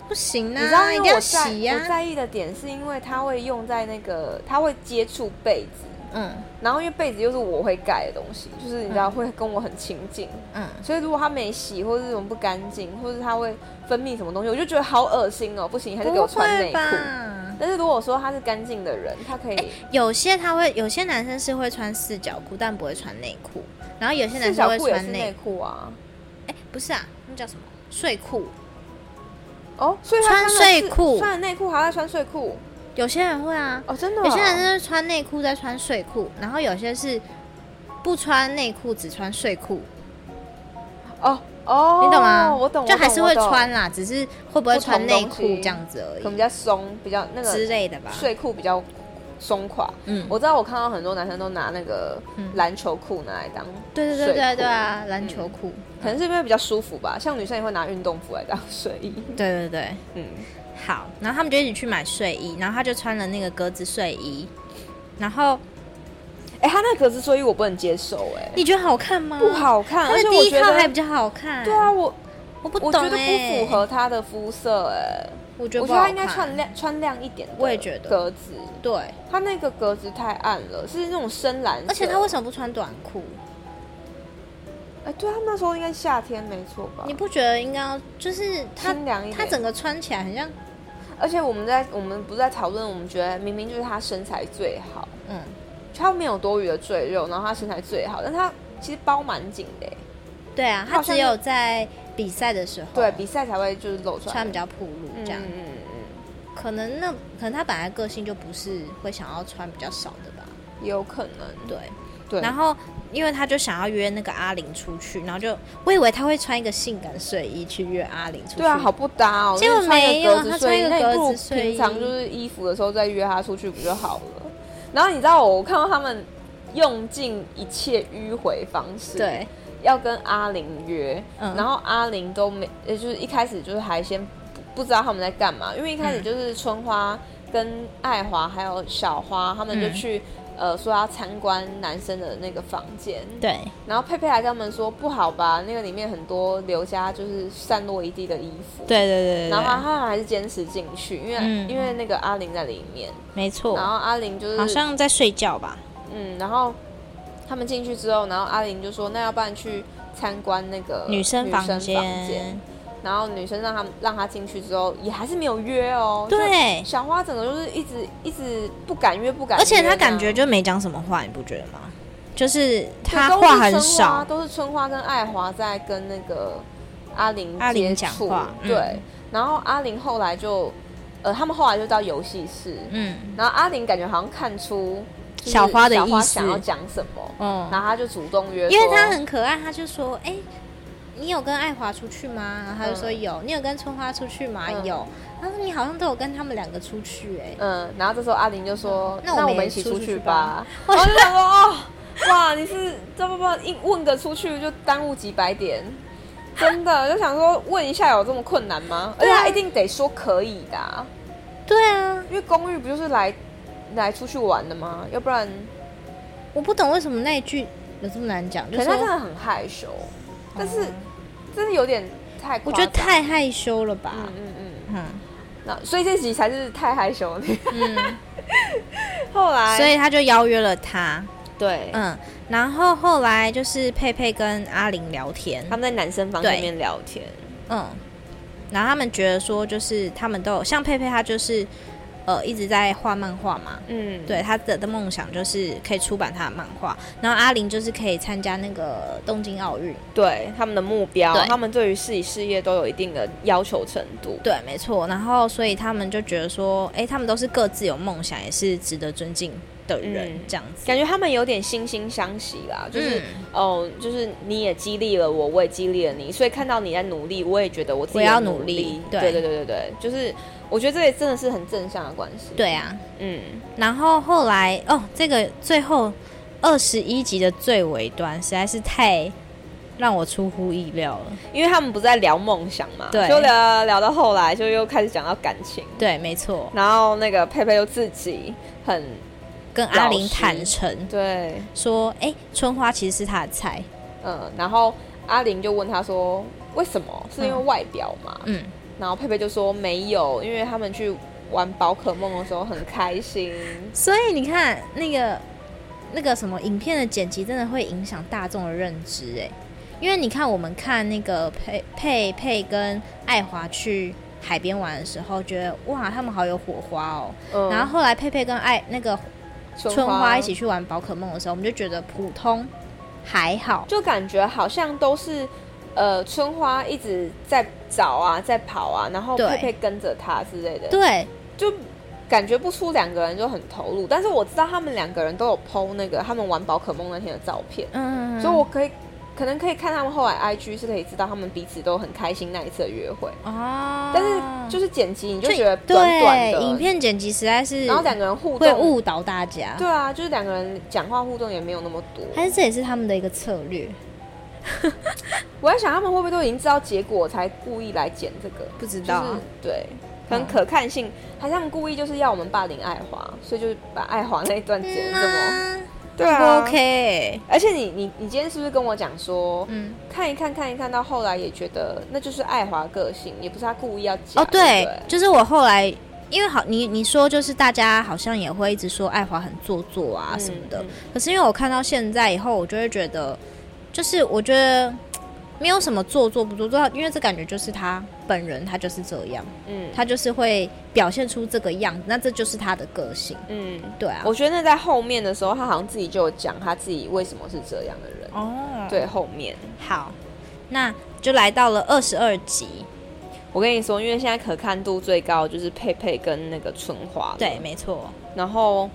Speaker 2: 不行啊，
Speaker 1: 你知道，
Speaker 2: 一
Speaker 1: 因
Speaker 2: 定
Speaker 1: 为
Speaker 2: 要
Speaker 1: 我在、
Speaker 2: 洗呀、
Speaker 1: 我在意的点是因为他会用在那个，他会接触被子，
Speaker 2: 嗯
Speaker 1: 然后因为被子又是我会盖的东西，就是你知道、会跟我很亲近，
Speaker 2: 嗯，
Speaker 1: 所以如果他没洗或者是什么不干净，或者他会分泌什么东西，我就觉得好恶心哦，不行，还是给我
Speaker 2: 不
Speaker 1: 穿内
Speaker 2: 会
Speaker 1: 裤。
Speaker 2: 吧？哎
Speaker 1: 但是如果说他是干净的人，他可以、
Speaker 2: 有些他会，有些男生是会穿四角裤，但不会穿内裤。然后有些
Speaker 1: 四
Speaker 2: 男生
Speaker 1: 角
Speaker 2: 会
Speaker 1: 裤也
Speaker 2: 穿
Speaker 1: 是
Speaker 2: 内
Speaker 1: 内，裤啊，
Speaker 2: 哎、不是啊，那叫什么睡裤？
Speaker 1: 哦，所以他
Speaker 2: 穿
Speaker 1: 的
Speaker 2: 睡
Speaker 1: 是
Speaker 2: 裤
Speaker 1: 穿的内裤还在穿睡裤
Speaker 2: 有些人会啊，
Speaker 1: 哦，真的哦、
Speaker 2: 有些人是穿内裤再穿睡裤，然后有些是不穿内裤只穿睡裤，
Speaker 1: 哦哦，
Speaker 2: 你懂吗？
Speaker 1: 我懂，
Speaker 2: 就
Speaker 1: 我
Speaker 2: 还
Speaker 1: 懂
Speaker 2: 是
Speaker 1: 我
Speaker 2: 会
Speaker 1: 懂
Speaker 2: 穿啦，只是会不会穿内
Speaker 1: 不
Speaker 2: 裤
Speaker 1: 同东西
Speaker 2: 这样子而
Speaker 1: 可能比
Speaker 2: 已
Speaker 1: 较松，比较那
Speaker 2: 之
Speaker 1: 个
Speaker 2: 类的吧。
Speaker 1: 睡裤比较松垮。
Speaker 2: 嗯，
Speaker 1: 我知道，我看到很多男生都拿那个
Speaker 2: 嗯
Speaker 1: 篮球裤拿来当，
Speaker 2: 对对对对对啊，篮
Speaker 1: 嗯
Speaker 2: 球裤，
Speaker 1: 可能是因为比较舒服吧。像女生也会拿运动服来当睡衣。
Speaker 2: 对对对。
Speaker 1: 嗯，
Speaker 2: 好，然后他们就一起去买睡衣，然后他就穿了那个格子睡衣，然后
Speaker 1: 哎、他那个格子睡衣我不能接受、哎，
Speaker 2: 你觉得好看吗？
Speaker 1: 不，好看，
Speaker 2: 他
Speaker 1: 而
Speaker 2: 的
Speaker 1: 且
Speaker 2: 第
Speaker 1: 我
Speaker 2: 一
Speaker 1: 觉
Speaker 2: 套还
Speaker 1: 得
Speaker 2: 比较好看。
Speaker 1: 对啊，，我
Speaker 2: 我不
Speaker 1: 我
Speaker 2: 懂、
Speaker 1: 觉得
Speaker 2: 欸，
Speaker 1: 不符，合他的肤色、哎，
Speaker 2: 我觉得
Speaker 1: 我
Speaker 2: 不
Speaker 1: 觉
Speaker 2: 好
Speaker 1: 得他
Speaker 2: 看
Speaker 1: 应该穿亮穿亮一点的
Speaker 2: 我也觉得
Speaker 1: 格子，
Speaker 2: 对，
Speaker 1: 他那个格子太暗了，是那种深蓝色。
Speaker 2: 而且他为什么不穿短裤？
Speaker 1: 哎、对他们那时候应该夏天没错吧？
Speaker 2: 你不觉得应该要就是他
Speaker 1: 清凉一点
Speaker 2: 他整个穿起来很像
Speaker 1: 而且我们在我们不是在讨论，我们觉得明明就是他身材最好，
Speaker 2: 嗯
Speaker 1: 他没有多余的赘肉，然后他身材最好，但他其实包蛮紧的耶，欸
Speaker 2: 对啊，
Speaker 1: 他
Speaker 2: 他
Speaker 1: 好像
Speaker 2: 只有在比赛的时候
Speaker 1: 对比赛才会就是露出来，
Speaker 2: 穿比较暴露这样，
Speaker 1: 嗯嗯嗯
Speaker 2: 可能那可能他本来个性就不是会想要穿比较少的吧，
Speaker 1: 嗯，有可能，
Speaker 2: 对。
Speaker 1: 对，啊
Speaker 2: 然后，因为他就想要约那个阿玲出去，然后就我以为他会穿一个性感睡衣去约阿玲出去，
Speaker 1: 对啊，好不搭哦，
Speaker 2: 结果
Speaker 1: 就是穿
Speaker 2: 没
Speaker 1: 一
Speaker 2: 有
Speaker 1: 个格子
Speaker 2: 他穿
Speaker 1: 睡
Speaker 2: 一
Speaker 1: 衣，
Speaker 2: 个
Speaker 1: 那你不
Speaker 2: 格
Speaker 1: 如
Speaker 2: 子睡
Speaker 1: 平常
Speaker 2: 衣
Speaker 1: 就是衣服的时候再约他出去不就好了？然后你知道我看到他们用尽一切迂回方式，
Speaker 2: 对，
Speaker 1: 要跟阿玲约，
Speaker 2: 嗯
Speaker 1: 然后阿玲都没，呃，就是一开始就是还先不不知道他们在干嘛，因为一开始
Speaker 2: 嗯
Speaker 1: 就是春花跟爱华还有小花他们就
Speaker 2: 嗯
Speaker 1: 去。呃，说要参观男生的那个房间，
Speaker 2: 对
Speaker 1: 然后佩佩还跟他们说不好吧，那个里面很多留下就是散落一地的衣服。
Speaker 2: 对对对对
Speaker 1: 然后他们
Speaker 2: 对，
Speaker 1: 还是坚持进去，因为、
Speaker 2: 嗯
Speaker 1: 因为那个阿玲在里面，
Speaker 2: 没错
Speaker 1: 然，后阿玲就是
Speaker 2: 好像在睡觉吧，
Speaker 1: 嗯，然后他们进去之后，然后阿玲就说那要不然去参观那个
Speaker 2: 女生
Speaker 1: 呃房
Speaker 2: 房
Speaker 1: 间
Speaker 2: 间，
Speaker 1: 然后女生让他们让他进去之后，也还是没有约哦。就
Speaker 2: 对，
Speaker 1: 小花整个就是一直一直不敢约，不敢约
Speaker 2: 而
Speaker 1: 这
Speaker 2: 且
Speaker 1: 样，
Speaker 2: 他感觉就没讲什么话，你不觉得吗？就是他
Speaker 1: 对都是
Speaker 2: 话很
Speaker 1: 春花
Speaker 2: 少，
Speaker 1: 都是春花跟爱华在跟那个阿玲
Speaker 2: 阿玲
Speaker 1: 接
Speaker 2: 讲
Speaker 1: 触
Speaker 2: 话嗯
Speaker 1: 对，然后阿玲后来就，呃，他们后来就到游戏室，
Speaker 2: 嗯
Speaker 1: 然后阿玲感觉好像看出就是
Speaker 2: 小花的
Speaker 1: 小花
Speaker 2: 意思
Speaker 1: 想要讲什么，然
Speaker 2: 嗯，
Speaker 1: 后她就主动约说，
Speaker 2: 因为他很可爱，他就说，哎、你有跟爱华出去吗？然后他就说
Speaker 1: 嗯
Speaker 2: 有。你有跟春花出去吗？
Speaker 1: 嗯
Speaker 2: 有。他说你好像都有跟他们两个出去哎、
Speaker 1: 嗯，然后这时候阿玲就说，
Speaker 2: 那我
Speaker 1: 那
Speaker 2: 们
Speaker 1: 我们
Speaker 2: 也
Speaker 1: 一起
Speaker 2: 出
Speaker 1: 出
Speaker 2: 去
Speaker 1: 去吧
Speaker 2: 吧，
Speaker 1: 然后就想说哦，哇，你是这不不一问个出去就耽误几百点。真的就想说，问一下有这么困难吗？而且
Speaker 2: 对啊
Speaker 1: 他一定得说可以的啊、
Speaker 2: 对啊，
Speaker 1: 因为公寓不就是来来出去玩的吗？要不然，
Speaker 2: 我不懂为什么那一句有这么难讲，就
Speaker 1: 可是他
Speaker 2: 是
Speaker 1: 真的很害羞，但是真的有点太
Speaker 2: 我
Speaker 1: 夸张，
Speaker 2: 觉得太害羞了吧。
Speaker 1: 嗯嗯嗯，
Speaker 2: 嗯
Speaker 1: 那所以这集才是太害羞的。
Speaker 2: 嗯，
Speaker 1: 后来，
Speaker 2: 所以他就邀约了他，
Speaker 1: 哎对、
Speaker 2: 嗯，然后后来就是佩佩跟阿玲聊天，
Speaker 1: 他们在男生房里
Speaker 2: 对
Speaker 1: 面聊天，
Speaker 2: 嗯，然后他们觉得说，就是他们都有像佩佩，她就是呃一直在画漫画嘛，
Speaker 1: 嗯，
Speaker 2: 对，她的的梦想就是可以出版她的漫画，然后阿玲就是可以参加那个东京奥运，
Speaker 1: 对，他们的目标，
Speaker 2: 对
Speaker 1: 他们对于自己事业都有一定的要求程度。
Speaker 2: 对，没错，然后所以他们就觉得说，哎，他们都是各自有梦想，也是值得尊敬的人，
Speaker 1: 嗯
Speaker 2: 这样子，
Speaker 1: 感觉他们有点惺惺相惜啦，就是、
Speaker 2: 嗯
Speaker 1: 哦，就是你也激励了我，我也激励了你，所以看到你在努力，我也觉得我自己
Speaker 2: 我要
Speaker 1: 也
Speaker 2: 努
Speaker 1: 努
Speaker 2: 力
Speaker 1: 对
Speaker 2: 对
Speaker 1: 对对对对，就是我觉得这也真的是很正向的关系。
Speaker 2: 对啊，
Speaker 1: 嗯，
Speaker 2: 然后后来哦，这个最后二十一集的最尾端实在是太让我出乎意料了。
Speaker 1: 因为他们不是在聊梦想嘛，
Speaker 2: 对
Speaker 1: 就聊聊到后来就又开始讲到感情，
Speaker 2: 对，没错，
Speaker 1: 然后那个佩佩又自己很
Speaker 2: 跟阿
Speaker 1: 老
Speaker 2: 玲
Speaker 1: 师
Speaker 2: 坦诚
Speaker 1: 对，
Speaker 2: 说，哎，春花其实是她的菜。
Speaker 1: 嗯，然后阿玲就问他说为什么？是因为外表嘛？
Speaker 2: 嗯，
Speaker 1: 然后佩佩就说没有，因为他们去玩宝可梦的时候很开心。
Speaker 2: 所以你看那个那个什么影片的剪辑，真的会影响大众的认知哎，因为你看我们看那个佩佩佩跟爱华去海边玩的时候，觉得哇，他们好有火花哦。
Speaker 1: 嗯，
Speaker 2: 然后后来佩佩跟爱那个
Speaker 1: 春
Speaker 2: 春花一起去玩宝可梦的时候，我们就觉得普通还好，
Speaker 1: 就感觉好像都是呃春花一直在找啊，在跑啊，然后
Speaker 2: 对
Speaker 1: 佩佩跟着他之类的，
Speaker 2: 对，
Speaker 1: 就感觉不出两个人就很投入。但是我知道他们两个人都有 PO 那个他们玩宝可梦那天的照片，
Speaker 2: 嗯，
Speaker 1: 所以我可以可能可以看他们后来 IG 是可以知道他们彼此都很开心那一次的约会。
Speaker 2: 哦，
Speaker 1: 但是就是剪辑，你就
Speaker 2: 就
Speaker 1: 觉得短短
Speaker 2: 对
Speaker 1: 的
Speaker 2: 影，片剪辑实在是，
Speaker 1: 然后两个人互
Speaker 2: 会
Speaker 1: 动，
Speaker 2: 误导大家，
Speaker 1: 对啊，就是两个人讲话互动也没有那么多。
Speaker 2: 还是这也是他们的一个策略，
Speaker 1: 我在想他们会不会都已经知道结果才故意来剪这个？
Speaker 2: 不知
Speaker 1: 就是、对，可能可看性，还是他们故意就是要我们霸凌爱华，所以就是把爱华那一段剪这么、嗯啊对
Speaker 2: 嗯啊
Speaker 1: 啊
Speaker 2: 不 OK，
Speaker 1: 而且你你你今天是不是跟我讲说，
Speaker 2: 嗯，
Speaker 1: 看一看看一看到后来也觉得那就是爱华个性，也不是他故意要讲
Speaker 2: 哦对
Speaker 1: 对，
Speaker 2: 就是我后来。因为好，你你说就是大家好像也会一直说爱华很做作啊
Speaker 1: 嗯
Speaker 2: 什么的，
Speaker 1: 嗯
Speaker 2: 可是因为我看到现在以后，我就会觉得，就是我觉得没有什么做作不做作，因为这感觉就是他本人，他就是这样，
Speaker 1: 嗯
Speaker 2: 他就是会表现出这个样子，那这就是他的个性，
Speaker 1: 嗯，
Speaker 2: 对啊。
Speaker 1: 我觉得那在后面的时候，他好像自己就有讲他自己为什么是这样的人。
Speaker 2: 哦，
Speaker 1: 对，后面
Speaker 2: 好，那就来到了二十二集，
Speaker 1: 我跟你说，因为现在可看度最高就是佩佩跟那个春华了，
Speaker 2: 对，没错，
Speaker 1: 然后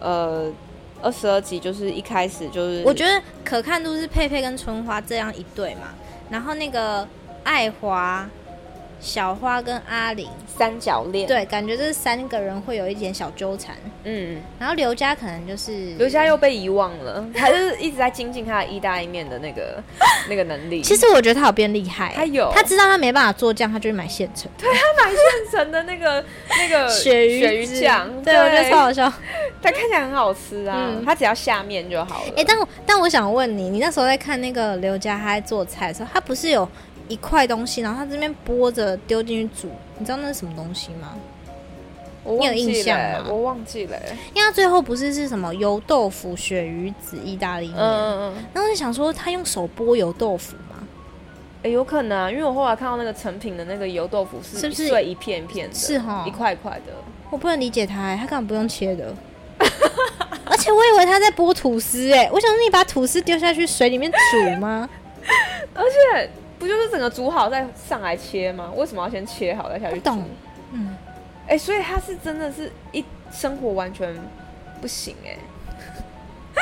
Speaker 1: 呃，二十二集就是一开始就是，
Speaker 2: 我觉得可看度是佩佩跟春花这样一对嘛，然后那个爱华、小花跟阿玲，
Speaker 1: 三角恋，，
Speaker 2: 对，感觉这三个人会有一点小纠缠，
Speaker 1: 嗯，
Speaker 2: 然后刘佳可能就是
Speaker 1: 刘佳又被遗忘 了，他就是一直在精进他的意大利面的那个那个能力。
Speaker 2: 其实我觉得他有变厉害，欸
Speaker 1: 他有
Speaker 2: 他知道他没办法做酱，他就去买现成的
Speaker 1: 变成的那个那个鳕
Speaker 2: 鱼
Speaker 1: 鱼
Speaker 2: 汁
Speaker 1: 酱，
Speaker 2: 对我觉得超好笑。
Speaker 1: 它看起来很好吃啊，
Speaker 2: 嗯
Speaker 1: 它只要下面就好了。
Speaker 2: 哎、但我但我想问你，你那时候在看那个刘佳他在做菜的时候，他不是有一块东西，然后他这边剥着丢进去煮，你知道那是什么东西吗？
Speaker 1: 我
Speaker 2: 你有
Speaker 1: 忘记
Speaker 2: 印象
Speaker 1: 了
Speaker 2: 吗
Speaker 1: 我忘记了欸。
Speaker 2: 因为他最后不是是什么油豆腐、鳕鱼子意大利面，
Speaker 1: 嗯嗯嗯，
Speaker 2: 然后我就想说他用手剥油豆腐吗？
Speaker 1: 哎，有可能啊，因为我后来看到那个成品的那个油豆腐是
Speaker 2: 是不是
Speaker 1: 碎一片一片的，
Speaker 2: 是哦齁
Speaker 1: 一块一块的。
Speaker 2: 我不能理解他、欸，他根本不用切的。 而且我以为他在剥吐司、欸，哎，我想说你把吐司丢下去水里面煮吗？
Speaker 1: 而且不就是整个煮好再上来切吗？为什么要先切好再下去
Speaker 2: 不
Speaker 1: 煮？
Speaker 2: 懂，嗯，
Speaker 1: 哎、所以他是真的是一生活完全不行 哎、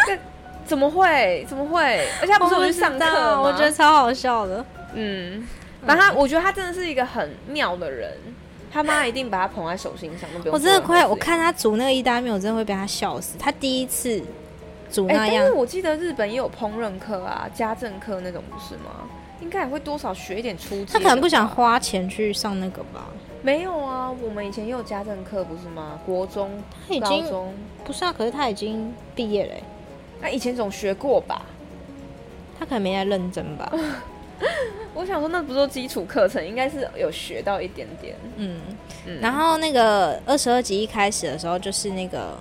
Speaker 1: 这怎么会？怎么会？而且 他不是有去上课吗？
Speaker 2: 哦我觉得，超好笑的。
Speaker 1: 嗯，反正他我觉得他真的是一个很妙的人，他妈一定把他捧在手心上，都不用
Speaker 2: 我真
Speaker 1: 做
Speaker 2: 的
Speaker 1: 任何
Speaker 2: 快，
Speaker 1: 事
Speaker 2: 我看他煮那个意大利面，我真的会被他笑死。他第一次煮
Speaker 1: 哎、
Speaker 2: 那
Speaker 1: 但
Speaker 2: 样
Speaker 1: 是，我记得日本也有烹饪课啊、家政课那种，不是吗？应该也会多少学一点初级。
Speaker 2: 他可能不想。花钱去上那个吧。
Speaker 1: 没有啊，我们以前也有家政课，不是吗？国中、
Speaker 2: 他已
Speaker 1: 高
Speaker 2: 经
Speaker 1: 中，
Speaker 2: 不是啊，可是他已经毕业了欸、
Speaker 1: 那、以前总学过吧？
Speaker 2: 他可能没在认真吧。
Speaker 1: 我想说，那不是基础课程，应该是有学到一点点。
Speaker 2: 嗯，
Speaker 1: 嗯
Speaker 2: 然后那个二十二集一开始的时候，就是那个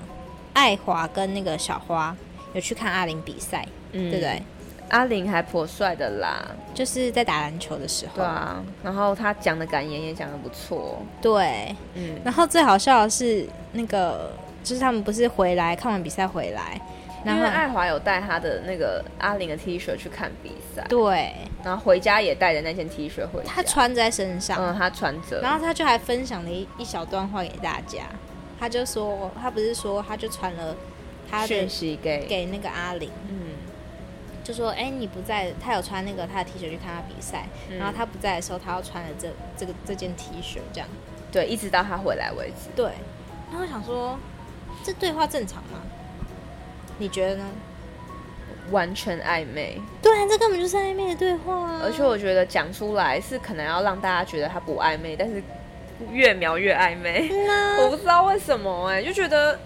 Speaker 2: 爱华跟那个小花有去看阿玲比赛，
Speaker 1: 嗯
Speaker 2: 对不对？？
Speaker 1: 阿玲还颇帅的啦，
Speaker 2: 就是在打篮球的时候，
Speaker 1: 对啊。然后他讲的感言也讲的不错，
Speaker 2: 对
Speaker 1: 嗯，
Speaker 2: 然后最好笑的是，那个就是他们不是回来看完比赛回来，然
Speaker 1: 因为
Speaker 2: 后
Speaker 1: 爱华有带他的那个阿玲的 T 恤去看比赛，
Speaker 2: 对
Speaker 1: 然后回家也带着那件 T 恤回家。
Speaker 2: 他，穿在身上，
Speaker 1: 嗯，他穿着，
Speaker 2: 然后他就还分享了一一小段话给大家。他就说，他不是说，他就传了他的
Speaker 1: 讯息给，
Speaker 2: 给那个阿玲，
Speaker 1: 嗯，
Speaker 2: 就说：“哎、你不在，他有穿那个他的 T 恤去看他比赛，
Speaker 1: 嗯
Speaker 2: 然后他不在的时候，他要穿了这这个这件 T 恤这样。
Speaker 1: 对，一直到他回来为止。”
Speaker 2: 对，然后我想说，这对话正常吗？你觉得呢？
Speaker 1: 完全暧昧，
Speaker 2: 对啊，这根本就是暧昧的对话啊！
Speaker 1: 而且我觉得讲出来是可能要让大家觉得他不暧昧，但是越描越暧昧。
Speaker 2: 嗯啊
Speaker 1: 我不知道为什么哎、就觉得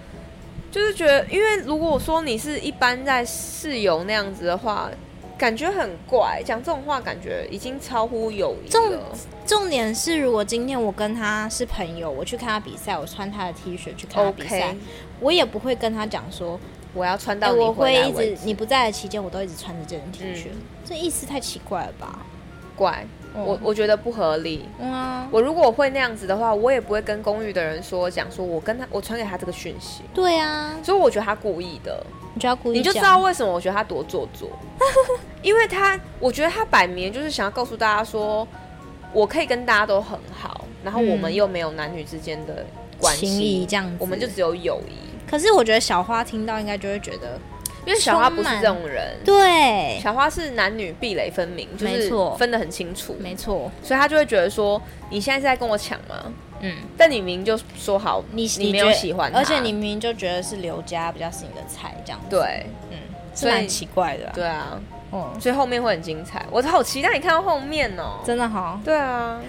Speaker 1: 就是觉得，因为如果说你是一般在室友那样子的话，感觉很怪，讲这种话感觉已经超乎友谊
Speaker 2: 重
Speaker 1: 了。
Speaker 2: 重点是，如果今天我跟他是朋友，我去看他比赛，我穿他的 T 恤去看他比赛
Speaker 1: OK，
Speaker 2: 我也不会跟他讲说，
Speaker 1: 我要穿
Speaker 2: 哎、
Speaker 1: 到你
Speaker 2: 我
Speaker 1: 回
Speaker 2: 会
Speaker 1: 来
Speaker 2: 一
Speaker 1: 为
Speaker 2: 直
Speaker 1: 止。
Speaker 2: 你不在的期间，我都一直穿着这件 T 恤，
Speaker 1: 嗯
Speaker 2: 这意思太奇怪了吧？
Speaker 1: 怪，
Speaker 3: 嗯
Speaker 1: 我我觉得不合理。
Speaker 2: 嗯啊
Speaker 3: 哇，
Speaker 1: 我如果会那样子的话，我也不会跟公寓的人说讲说我跟他我传给他这个讯息，
Speaker 3: 对啊，
Speaker 1: 所以我觉得他故意的。
Speaker 3: 你就要故意
Speaker 1: 你就知
Speaker 3: 讲
Speaker 1: 道为什么我觉得他多做 作，因为他，我觉得他摆明就是想要告诉大家说，我可以跟大家都很好，然后我们
Speaker 3: 嗯
Speaker 1: 又没有男女之间的关
Speaker 3: 情谊
Speaker 1: 系，
Speaker 3: 这样子，
Speaker 1: 我们就只有友谊。
Speaker 3: 可是我觉得小花听到应该就会觉得，
Speaker 1: 因为小花不是
Speaker 3: 充满
Speaker 1: 这种人，
Speaker 3: 对，
Speaker 1: 小花是男女壁垒分明，就
Speaker 3: 没
Speaker 1: 是
Speaker 3: 错
Speaker 1: 分得很清楚，
Speaker 3: 没错，
Speaker 1: 所以他就会觉得说，你现在是在跟我抢吗？
Speaker 3: 嗯，
Speaker 1: 但你明明就说好，
Speaker 3: 你
Speaker 1: 你没有
Speaker 3: 觉得
Speaker 1: 喜欢他，
Speaker 2: 而且你明明就觉得是刘家比较是你的菜，这样子，
Speaker 1: 对
Speaker 2: 嗯，是
Speaker 1: 所以
Speaker 2: 蛮奇怪的、啊，
Speaker 1: 对啊，
Speaker 2: 嗯，
Speaker 1: 所以后面会很精彩，我好期待你看到后面哦。
Speaker 2: 真的好。
Speaker 1: 对啊，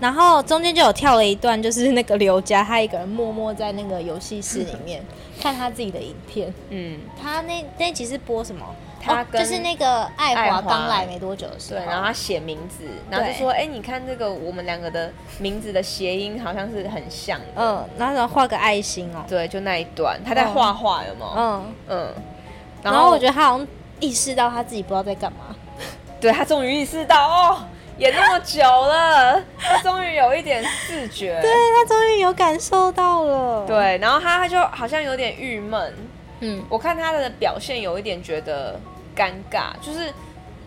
Speaker 2: 然后中间就有跳了一段，就是那个刘家他一个人默默在那个游戏室里 面看他自己的影片。
Speaker 1: 嗯，
Speaker 2: 他那那集是播什么？
Speaker 1: 他
Speaker 2: 哦
Speaker 1: 跟
Speaker 2: 就是那个爱
Speaker 1: 爱华
Speaker 2: 华刚来没多久的时
Speaker 1: 对
Speaker 2: 候，，
Speaker 1: 然后他写名字，然后就
Speaker 2: 对
Speaker 1: 说：“哎、你看这个，我们两个的名字的谐音好像是很像的。
Speaker 2: 嗯，然后画个爱心哦，
Speaker 1: 对，就那一段，他在画画，有没有？
Speaker 2: 嗯，
Speaker 1: 嗯，
Speaker 2: 然
Speaker 1: 然
Speaker 2: 后
Speaker 1: 后
Speaker 2: 我觉得他好像意识到他自己不知道在干嘛，
Speaker 1: 对他终于意识到哦，演那么久了，他终于有一点视 觉。对
Speaker 2: 他终于有感受到了，，
Speaker 1: 然后他他就好像有点郁闷，
Speaker 2: 嗯，
Speaker 1: 我看他的表现有一点觉得尴尬，就是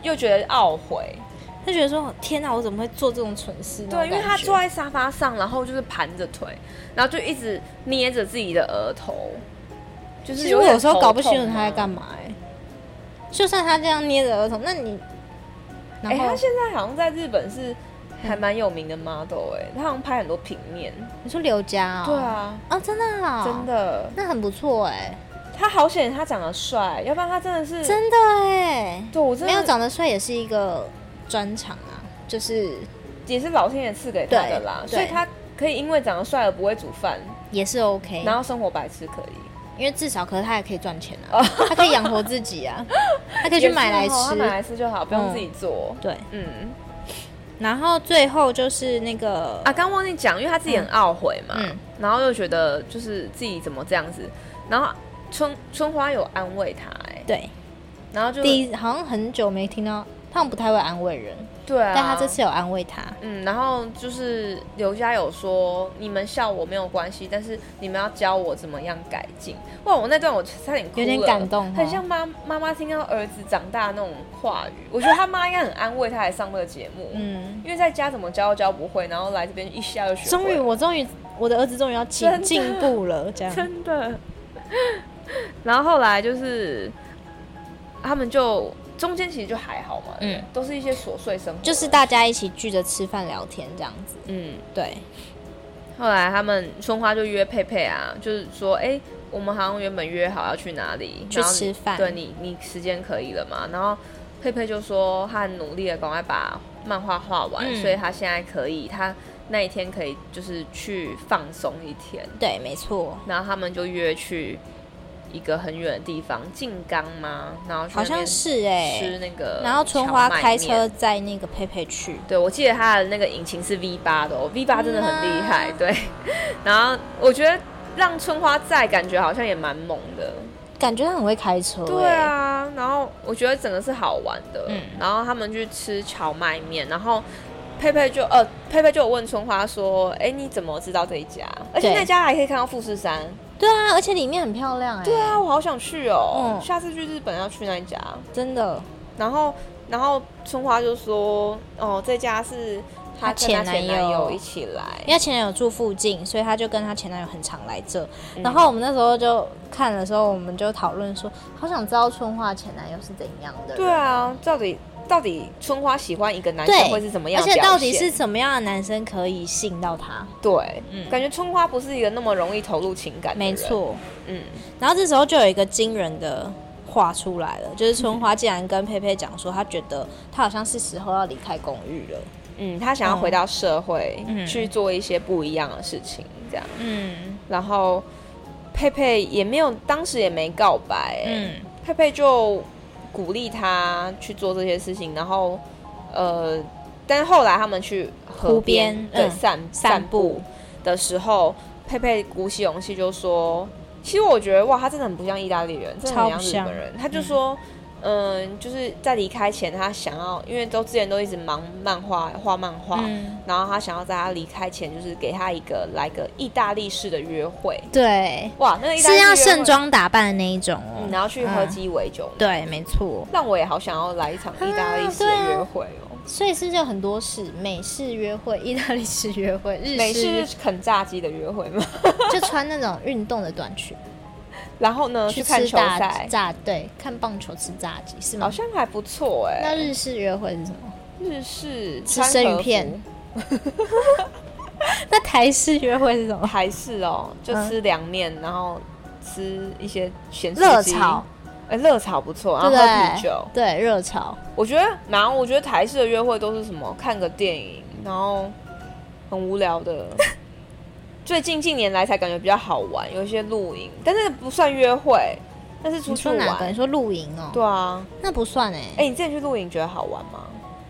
Speaker 1: 又觉得懊悔。
Speaker 2: 他觉得说天哪，我怎么会做这种蠢事？那
Speaker 1: 对，
Speaker 2: 种
Speaker 1: 因为
Speaker 2: 感
Speaker 1: 他
Speaker 2: 觉
Speaker 1: 坐在沙发上，然后就是盘着腿，然后就一直捏着自己的额头，就
Speaker 2: 其
Speaker 1: 是
Speaker 2: 实我
Speaker 1: 点
Speaker 2: 有时候搞不清楚
Speaker 1: 头痛
Speaker 2: 他
Speaker 1: 啊
Speaker 2: 在干。嘛哎、就算他这样捏着儿童，那你，
Speaker 1: 哎、
Speaker 2: 然后、
Speaker 1: 他现在好像在日本是还蛮有名的 model 哎、他好像拍很多平面。
Speaker 2: 你说刘家哦，
Speaker 1: 对，啊，
Speaker 2: 哦真的啊、
Speaker 1: 真，的，
Speaker 2: 那很不错哎、
Speaker 1: 他好显他长得帅，要不然他真的是
Speaker 2: 真的哎、
Speaker 1: 对我真
Speaker 2: 没
Speaker 1: 的
Speaker 2: 有长得帅也是一个专长啊，就是
Speaker 1: 也是老天爷赐给他的
Speaker 2: 对
Speaker 1: 啦，
Speaker 2: 对
Speaker 1: 所以他可以因为长得帅而不会煮饭，
Speaker 2: 也是 OK，
Speaker 1: 然后生活白痴可以，
Speaker 2: 因为至少可是他也可以赚钱啊，他可以养活自己 啊，他可以去买来
Speaker 1: 也是哦他
Speaker 2: 吃，
Speaker 1: 买来吃就好，不用自己做。
Speaker 2: 对，
Speaker 1: 嗯
Speaker 2: 然后最后就是那个
Speaker 1: 啊，刚忘记讲，因为他自己很懊悔嘛，
Speaker 2: 嗯
Speaker 1: 然后又觉得就是自己怎么这样子，然后春春花有安慰他、哎，
Speaker 2: 对，
Speaker 1: 然后就
Speaker 2: 第一好像很久没听到，他好像不太会安慰人，
Speaker 1: 对啊，
Speaker 2: 但他这次有安慰他，
Speaker 1: 嗯，然后就是刘家有说，你们笑我没有关系，但是你们要教我怎么样改进。哇，我那段我差点哭了
Speaker 2: 有点感动哦
Speaker 1: 很像妈妈妈听到儿子长大那种话语。我觉得他妈应该很安慰他来上这个节目，
Speaker 2: 嗯。
Speaker 1: 因为在家怎么教都教不会，然后来这边一下就学会
Speaker 2: 终于，
Speaker 1: 了
Speaker 2: 我终于，我的儿子终于要
Speaker 1: 真
Speaker 2: 进
Speaker 1: 的
Speaker 2: 进步了，这样。
Speaker 1: 真的。 然后后来就是他们就中间其实就还好嘛，嗯
Speaker 2: 嗯，
Speaker 1: 都是一些琐碎生活，
Speaker 2: 就是大家一起聚着吃饭聊天这样子，
Speaker 1: 嗯。
Speaker 2: 对，
Speaker 1: 后来他们春花就约佩佩啊，就是说，哎、我们好像原本约好要去哪里
Speaker 2: 去
Speaker 1: 然后你
Speaker 2: 吃饭
Speaker 1: 对你，你时间可以了嘛？然后佩佩就说，她很努力的赶快把漫画画完，
Speaker 2: 嗯
Speaker 1: 所以她现在可以，她那一天可以就是去放松一天。
Speaker 2: 对，没错，
Speaker 1: 然后他们就约去一个很远的地方，静冈吗？然后去
Speaker 2: 好
Speaker 1: 那边
Speaker 2: 像是哎、
Speaker 1: 吃那个，
Speaker 2: 然后春花开车。载那个佩佩去，
Speaker 1: 对，我记得它的那个引擎是 V 八的、哦、，V 八真的很厉害。
Speaker 2: 嗯啊
Speaker 1: 对， 然后我觉得让春花在，感觉好像也蛮猛的。
Speaker 2: 感觉他很会开车、欸
Speaker 1: 对，啊，然后我觉得整个是好玩的。
Speaker 2: 嗯
Speaker 1: 然后他们去吃荞麦面，然后佩佩就呃，佩佩就有问春花说：“哎，你怎么知道这一家？而且
Speaker 2: 对
Speaker 1: 那家还可以看到富士山。
Speaker 2: 对啊，而且里面很漂亮哎、
Speaker 1: 对啊，我好想去哦，
Speaker 2: 嗯
Speaker 1: 下次去日本要去那一家。”
Speaker 2: 真的，
Speaker 1: 然后，然后春花就说：“哦，这家是她
Speaker 2: 她
Speaker 1: 跟她
Speaker 2: 前男
Speaker 1: 前男
Speaker 2: 友
Speaker 1: 友一起来
Speaker 2: 因为。她前男友住附近，所以她就跟她前男友很常来这。
Speaker 1: 嗯
Speaker 2: 然后我们那时候就看的时候，我们就讨论说，好想知道春花前男友是怎样的人
Speaker 1: 对啊，到底到底春花喜欢一个男
Speaker 2: 对
Speaker 1: 生会是怎么
Speaker 2: 而
Speaker 1: 样的
Speaker 2: 且
Speaker 1: 表现？
Speaker 2: 到底是怎么样的男生可以吸引到她？
Speaker 1: 对，感觉春花不是一个那么容易投入情感的人
Speaker 2: 没，错，
Speaker 1: 嗯，
Speaker 2: 然后这时候就有一个惊人的话出来了，就是春花竟然跟佩佩讲说，她觉得她好像是时候要离开公寓了。
Speaker 1: 嗯，她想要回到社会、
Speaker 2: 嗯
Speaker 1: 去做一些不一样的事情，这样。
Speaker 2: 嗯
Speaker 1: 然后佩佩也没有，当时也没告白、嗯，
Speaker 2: 嗯，
Speaker 1: 佩佩就鼓励他去做这些事情，然后呃，但是后来他们去河
Speaker 2: 湖边
Speaker 1: 对、
Speaker 2: 嗯
Speaker 1: 散
Speaker 2: 散步
Speaker 1: 步的时候，佩佩鼓起勇气就说：“其实我觉得哇，他真的很不像意大利人，真的很
Speaker 2: 超不
Speaker 1: 像日本
Speaker 2: 像
Speaker 1: 人。”他就说。嗯，就是在离开前，他想要，因为都之前都一直忙漫画画漫画，
Speaker 4: 嗯，
Speaker 1: 然后他想要在他离开前，就是给他一个来个意大利式的约会。
Speaker 2: 对，
Speaker 1: 哇，那个意大利
Speaker 2: 是
Speaker 1: 式约
Speaker 2: 要
Speaker 1: 会
Speaker 2: 盛、装嗯打扮的那一种哦。
Speaker 1: 嗯，然后去喝鸡尾酒、
Speaker 2: 对，没错。
Speaker 1: 让我也好想要来一
Speaker 2: 啊
Speaker 1: 场意大利式的约会哦。
Speaker 2: 所以是不是有很多事，美式约会、意大利式约 会、日
Speaker 1: 美
Speaker 2: 式约
Speaker 1: 式啃炸鸡的约会吗？
Speaker 2: 就穿那种运动的短裙
Speaker 1: 然后呢，哦去看
Speaker 2: 吃
Speaker 1: 球
Speaker 2: 炸
Speaker 1: 赛，哦
Speaker 2: 炸，对，看棒球吃炸鸡是
Speaker 1: 好
Speaker 2: 吗？
Speaker 1: 像还不错哎、
Speaker 2: 那日式约会是 什么？
Speaker 1: 日式
Speaker 2: 吃
Speaker 1: 穿
Speaker 2: 生鱼
Speaker 1: 和服
Speaker 2: 片那台式约会是什么？
Speaker 1: 台式哦，就
Speaker 2: 嗯
Speaker 1: 吃凉面，然后吃一些咸酥
Speaker 2: 热
Speaker 1: 鸡
Speaker 2: 炒，
Speaker 1: 哎，热炒不错，然
Speaker 2: 对
Speaker 1: 后
Speaker 2: 不
Speaker 1: 喝啤
Speaker 2: 对
Speaker 1: 酒。？
Speaker 2: 对，热炒。
Speaker 1: 我觉得，然后我觉得台式的约会都是什么？看个电影，然后很无聊 的。最近近年来才感觉比较好玩，有一些露营，但是不算约会，但是出
Speaker 2: 你
Speaker 1: 去
Speaker 2: 说哪个？你
Speaker 1: 玩。
Speaker 2: 说露营哦？
Speaker 1: 对啊，
Speaker 2: 那不算哎、
Speaker 1: 哎，你之前去露营觉得好玩吗？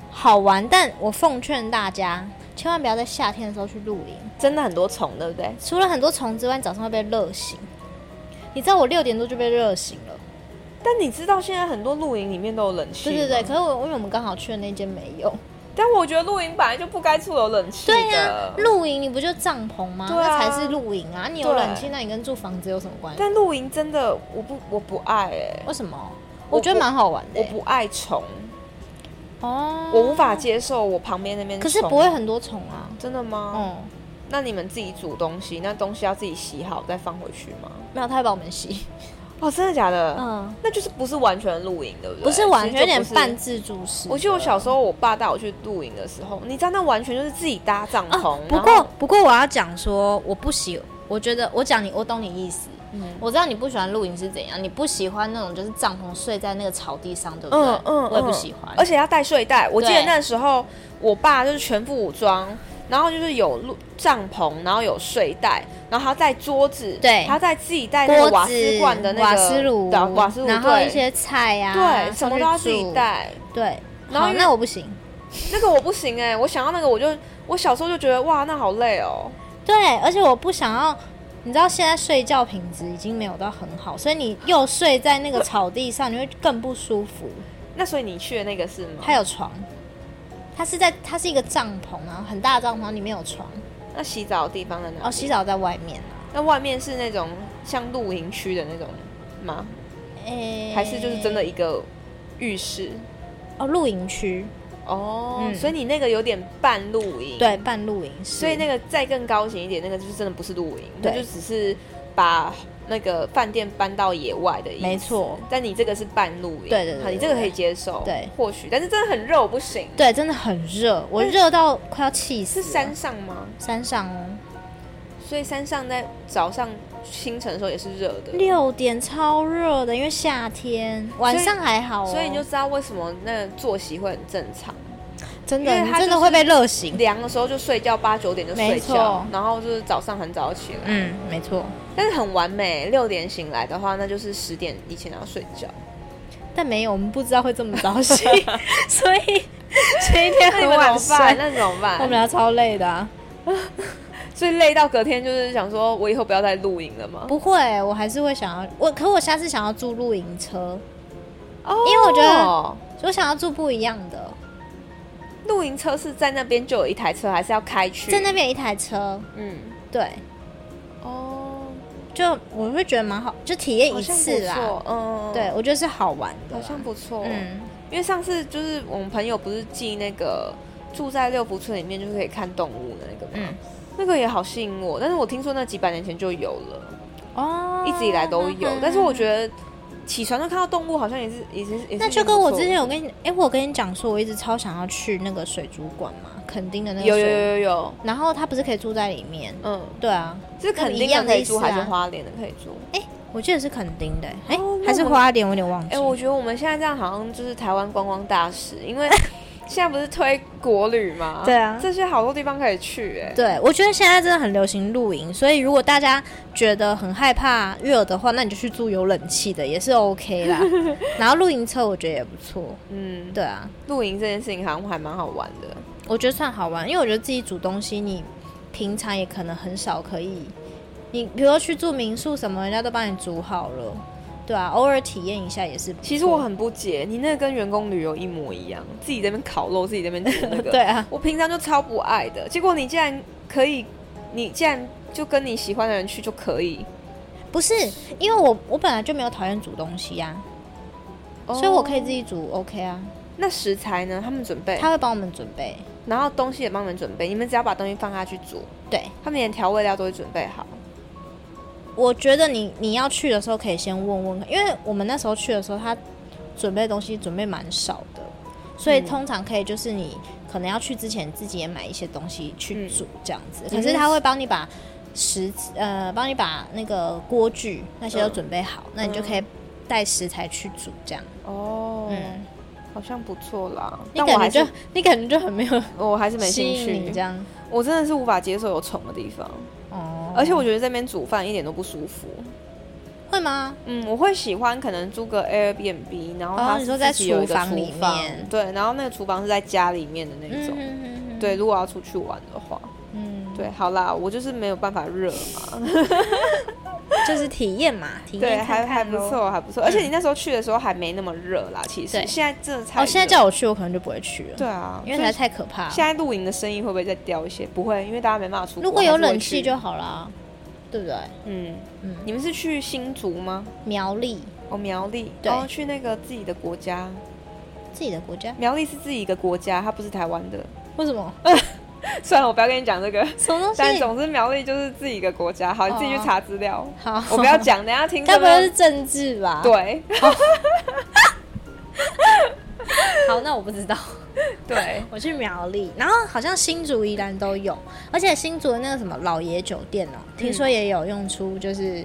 Speaker 2: 好玩，但我奉劝大家，千万不要在夏天的时候去露营，
Speaker 1: 真的很多虫，对不对？
Speaker 2: 除了很多虫之外，你早上会被热醒。你知道我六点多就被热醒了，
Speaker 1: 但你知道现在很多露营里面都有冷气，
Speaker 2: 对对对。可。是我因为我们刚好去的那间没有，
Speaker 1: 但我觉得露营本来就不该处有冷气的。
Speaker 2: 对呀、露营你不就帐篷吗？
Speaker 1: 对啊
Speaker 2: 那才是露营啊！你有
Speaker 1: 对
Speaker 2: 冷气，那你跟住房子有什么关系？
Speaker 1: 但露营真的，我不我不爱哎、
Speaker 2: 为什么？
Speaker 1: 我
Speaker 2: 我觉得蛮好玩的
Speaker 1: 我
Speaker 2: 欸、
Speaker 1: 不爱虫，
Speaker 2: 哦，
Speaker 1: 我无法接受我旁边那边。
Speaker 2: 可是不会，很多虫啊。
Speaker 1: 真的吗？
Speaker 2: 嗯，
Speaker 1: 那你们自己煮东西，那东西要自己洗好再放回去吗？
Speaker 2: 没有，他会把我们吸。
Speaker 1: 哦，真的假的？
Speaker 2: 嗯，
Speaker 1: 那就是不是完全露营，对不对？
Speaker 2: 不是完
Speaker 1: 其实就
Speaker 2: 全有点
Speaker 1: 不是
Speaker 2: 半。自助式的。
Speaker 1: 我记得我小时候，我爸带我去露营的时候，你知道那完全就是自己搭帐篷、
Speaker 2: 哦不
Speaker 1: 然
Speaker 2: 过
Speaker 1: 后，
Speaker 2: 不过我要讲说，我不喜，我觉得我讲你，我懂你意思。
Speaker 1: 嗯
Speaker 2: 我知道你不喜欢露营是怎样，你不喜欢那种就是帐篷睡在那个草地上，对不对？
Speaker 1: 嗯嗯，
Speaker 2: 我也不
Speaker 1: 嗯
Speaker 2: 喜欢。
Speaker 1: 而且要带睡袋。我记得
Speaker 2: 对
Speaker 1: 那时候我爸就是全副武装，然后就是有露帐篷，然后有睡袋，然后还要带桌子，
Speaker 2: 对
Speaker 1: 还要带自己带那
Speaker 2: 锅
Speaker 1: 个
Speaker 2: 子、
Speaker 1: 瓦斯罐的那个
Speaker 2: 瓦斯炉
Speaker 1: 对啊瓦斯炉，
Speaker 2: 然后
Speaker 1: 对
Speaker 2: 一些菜呀、
Speaker 1: 对，啊什么都要自
Speaker 2: 上去
Speaker 1: 己
Speaker 2: 煮。
Speaker 1: 带。
Speaker 2: 对，
Speaker 1: 然后
Speaker 2: 好
Speaker 1: 因为
Speaker 2: 那我不行。
Speaker 1: 那个我不行哎、我想要那个我就我小时候就觉得哇，那好累哦。
Speaker 2: 对，而且我不想要。你知道现在睡觉品质已经没有到很好，所以你又睡在那个草地上，你会更不舒服。
Speaker 1: 那所以你去的那个是吗？
Speaker 2: 还有床，它是在它是一个帐篷啊，然后很大的帐篷，然后里面有床，
Speaker 1: 那洗澡的地方在哪里？
Speaker 2: 哦，洗澡在外面啊。
Speaker 1: 那外面是那种像露营区的那种吗？
Speaker 2: 诶
Speaker 1: 还是就是真的一个浴室？
Speaker 2: 哦，露营区
Speaker 1: 哦，
Speaker 2: 嗯
Speaker 1: 所以你那个有点半露营，
Speaker 2: 对，，半露营室，
Speaker 1: 所以那个再更高级一点，那个就是真的不是露营，那
Speaker 2: 对
Speaker 1: 就只是把那个饭店搬到野外的意思。
Speaker 2: 没错，
Speaker 1: 但你这个是半露营，
Speaker 2: 对对对
Speaker 1: 好
Speaker 2: 对
Speaker 1: 你这个可以接受，
Speaker 2: 对
Speaker 1: 或许，但是真的很热，我不行。
Speaker 2: 对，真的很热，我热到快要气死
Speaker 1: 是
Speaker 2: 了。
Speaker 1: 山上吗？
Speaker 2: 山上哦，
Speaker 1: 所以山上在早上清晨的时候也是热的，
Speaker 2: 六点超热的，因为夏天，晚上还好、哦，
Speaker 1: 所以你就知道为什么那个作息会很正常。
Speaker 2: 真
Speaker 1: 因
Speaker 2: 的
Speaker 1: 为
Speaker 2: 你
Speaker 1: 它
Speaker 2: 真
Speaker 1: 就
Speaker 2: 的
Speaker 1: 是
Speaker 2: 会被热醒。
Speaker 1: 凉的时候就睡觉，八九点就睡
Speaker 2: 没
Speaker 1: 觉
Speaker 2: 错，
Speaker 1: 然后就是早上很早起来，
Speaker 2: 嗯，没错，
Speaker 1: 但是很完美。六点醒来的话，那就是十点以前要睡 觉。
Speaker 2: 但没有，我们不知道会这么早 醒，所以前一天
Speaker 1: 那你们怎
Speaker 2: 很晚
Speaker 1: 么办？
Speaker 2: 睡，
Speaker 1: 那怎么
Speaker 2: 我们
Speaker 1: 办？
Speaker 2: 俩超累的、啊。
Speaker 1: 所以累到隔天就是想说，我以后不要再露营了吗？
Speaker 2: 不会，我还是会想要我，可我下次想要住露营车，
Speaker 1: 哦
Speaker 2: 因为我觉得我想要住不一样的，
Speaker 1: 露营车是在那边就有一台车，还是要开去？
Speaker 2: 在那边有一台车，
Speaker 1: 嗯，
Speaker 2: 对，
Speaker 1: 哦，
Speaker 2: 就我会觉得蛮好，就体验
Speaker 1: 好
Speaker 2: 一
Speaker 1: 像不
Speaker 2: 次啦。
Speaker 1: 错，嗯，
Speaker 2: 对，，我觉得是好玩的
Speaker 1: 好
Speaker 2: 啦，
Speaker 1: 像不错，嗯，
Speaker 2: 嗯，
Speaker 1: 因为上次就是我们朋友不是寄那个住在六福村里面就是可以看动物的那个吗？
Speaker 2: 嗯
Speaker 1: 那个也好吸引我，但是我听说那几百年前就有了，
Speaker 2: 哦
Speaker 1: 一直以来都有，但是我觉
Speaker 2: 得。
Speaker 1: 得起床就看到动物好像也是也是也是
Speaker 2: 那就跟我之前
Speaker 1: 有
Speaker 2: 有跟你，哎、我跟你讲说，我一直超想要去那个水族馆嘛，垦丁的那个
Speaker 1: 有有
Speaker 2: 水啊
Speaker 1: 有有，
Speaker 2: 然后它不是可以住在里面？
Speaker 1: 嗯，
Speaker 2: 对啊，
Speaker 1: 是肯定
Speaker 2: 一样
Speaker 1: 可
Speaker 2: 的
Speaker 1: 以
Speaker 2: 意思
Speaker 1: 住，
Speaker 2: 啊
Speaker 1: 还是花莲的可以住？
Speaker 2: 我记得是垦丁的、哎、
Speaker 1: 哦那
Speaker 2: 还是
Speaker 1: 我
Speaker 2: 花莲，我有点忘记。
Speaker 1: 哎、我觉得我们现在这样好像就是台湾观光大使，因 为现在不是推国旅吗？
Speaker 2: 对啊
Speaker 1: 这些好多地方可以去、哎，
Speaker 2: 对，我觉得现在真的很流行露营，所以如果大家觉得很害怕热的话，那你就去住有冷气的也是 OK 啦。然后露营车我觉得也不错，
Speaker 1: 嗯，
Speaker 2: 对啊，
Speaker 1: 露营这件事情好像还蛮好玩的。
Speaker 2: 我觉得算好玩，因为我觉得自己煮东西，你平常也可能很少可以，你比如说去住民宿什么，人家都帮你煮好了，对啊，偶尔体验一下也是不错。
Speaker 1: 其实我很不解，你那个跟员工旅游一模一样，自己在那边烤肉，自己在那边煮那个。
Speaker 2: 对啊，
Speaker 1: 我平常就超不爱的，结果你竟然可以，你竟然就跟你喜欢的人去就可以，
Speaker 2: 不是因为我我本来就没有讨厌煮东西呀、所以我可以自己煮 OK 啊。
Speaker 1: 那食材呢？他们准备，
Speaker 2: 他会帮我们准备，
Speaker 1: 然后东西也帮你们准备，你们只要把东西放下去煮，
Speaker 2: 对，
Speaker 1: 他们连调味料都会准备好。
Speaker 2: 我觉得你你要去的时候可以先问问看，因为我们那时候去的时候，他准备东西准备蛮少的，所以
Speaker 1: 嗯
Speaker 2: 通常可以就是你可能要去之前自己也买一些东西去
Speaker 1: 嗯
Speaker 2: 煮这样子。
Speaker 1: 你
Speaker 2: 可
Speaker 1: 是
Speaker 2: 是他会帮你把食呃帮你把那个锅具那些都准备好，那你就可以带食材去煮这样。
Speaker 1: 哦，
Speaker 2: 嗯，
Speaker 1: 好像不错啦，
Speaker 2: 你
Speaker 1: 但我还
Speaker 2: 感觉
Speaker 1: 是
Speaker 2: 就 你感觉就很没有
Speaker 1: 我还是没
Speaker 2: 吸
Speaker 1: 兴
Speaker 2: 引你这
Speaker 1: 趣，
Speaker 2: 样。
Speaker 1: 我真的是无法接受有虫的地方，
Speaker 2: 哦，
Speaker 1: 而且我觉得这边煮饭一点都不舒服。
Speaker 2: 会吗？
Speaker 1: 嗯，我会喜欢可能租个 Airbnb，然后
Speaker 2: 哦
Speaker 1: 它
Speaker 2: 你说在
Speaker 1: 自己有一个
Speaker 2: 厨房里
Speaker 1: 房
Speaker 2: 面
Speaker 1: 对，然后那个厨房是在家里面的那种。
Speaker 2: 嗯，
Speaker 1: 对，如果要出去玩的话，
Speaker 2: 嗯，
Speaker 1: 对，好啦，我就是没有办法热嘛，
Speaker 2: 就是体验嘛，体
Speaker 1: 对，
Speaker 2: 验
Speaker 1: 还
Speaker 2: 看
Speaker 1: 还
Speaker 2: 看
Speaker 1: 不
Speaker 2: 咯。嗯
Speaker 1: 错，还不错，而且你那时候去的时候还没那么热啦，其实
Speaker 2: 对
Speaker 1: 现在真的才
Speaker 2: 哦，现在
Speaker 1: 热
Speaker 2: 叫我去，我可能就不会去了。
Speaker 1: 对啊，
Speaker 2: 因为
Speaker 1: 所
Speaker 2: 实在
Speaker 1: 以
Speaker 2: 太可怕了。
Speaker 1: 现在露营的生意会不会再掉一些？不会，因为大家没办法出国，
Speaker 2: 如果有
Speaker 1: 还是会
Speaker 2: 冷气
Speaker 1: 去
Speaker 2: 就好啦，对不对？
Speaker 1: 嗯
Speaker 2: 嗯
Speaker 1: 你们是去新竹吗？
Speaker 2: 苗栗
Speaker 1: 哦，苗栗，
Speaker 2: 对
Speaker 1: 然后去那个自己的国家，
Speaker 2: 自己的国家，
Speaker 1: 苗栗是自己一个国家，它不是台湾的。
Speaker 2: 为什么？
Speaker 1: 虽然我不要跟你讲这个，
Speaker 2: 什么东
Speaker 1: 但
Speaker 2: 西？
Speaker 1: 总之苗栗就是自己一个国家。好，你自己去查资料，
Speaker 2: 哦好，
Speaker 1: 我不 要，讲，等一下听
Speaker 2: 该
Speaker 1: 这
Speaker 2: 不会是
Speaker 1: 个。
Speaker 2: 政治吧？，
Speaker 1: 对
Speaker 2: 好，那我不知道。
Speaker 1: 对，
Speaker 2: 我去苗栗，然后好像新竹、宜兰都有，而且新竹的那个什么老爷酒店哦，
Speaker 1: 嗯
Speaker 2: 听说也有用出就是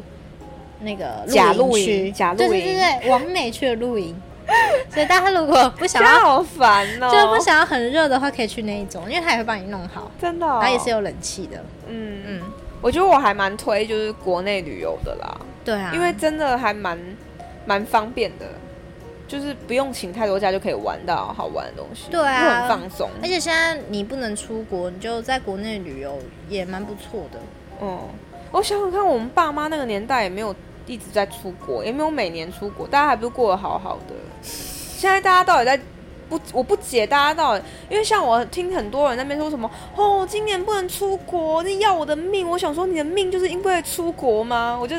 Speaker 2: 那个
Speaker 1: 假露
Speaker 2: 露
Speaker 1: 营
Speaker 2: 区，
Speaker 1: 假露
Speaker 2: 对
Speaker 1: 营
Speaker 2: 对对对，往美去的 露营。所以大家如果不想
Speaker 1: 他
Speaker 2: 要，
Speaker 1: 好烦哦，
Speaker 2: 就是不想要很热的话，可以去那一种，因为他也会帮你弄好，
Speaker 1: 真的哦，
Speaker 2: 然后也是有冷气的。
Speaker 1: 嗯嗯，
Speaker 2: 嗯，
Speaker 1: 我觉得我还蛮推就是国内旅游的啦，
Speaker 2: 对啊，
Speaker 1: 因为真的还蛮蛮方便的。就是不用请太多假就可以玩到好玩的东西，
Speaker 2: 对啊
Speaker 1: 又很放松。
Speaker 2: 而且现在你不能出国，你就在国内旅游也蛮不错的。
Speaker 1: 嗯，我想想看，我们爸妈那个年代也没有一直在出国，也没有每年出国，大家还不是过得好好的。现在大家到底在不？我不解大家到底，因为像我听很多人那边说什么哦，今年不能出国，那要我的命。我想说，你的命就是因为出国吗？我就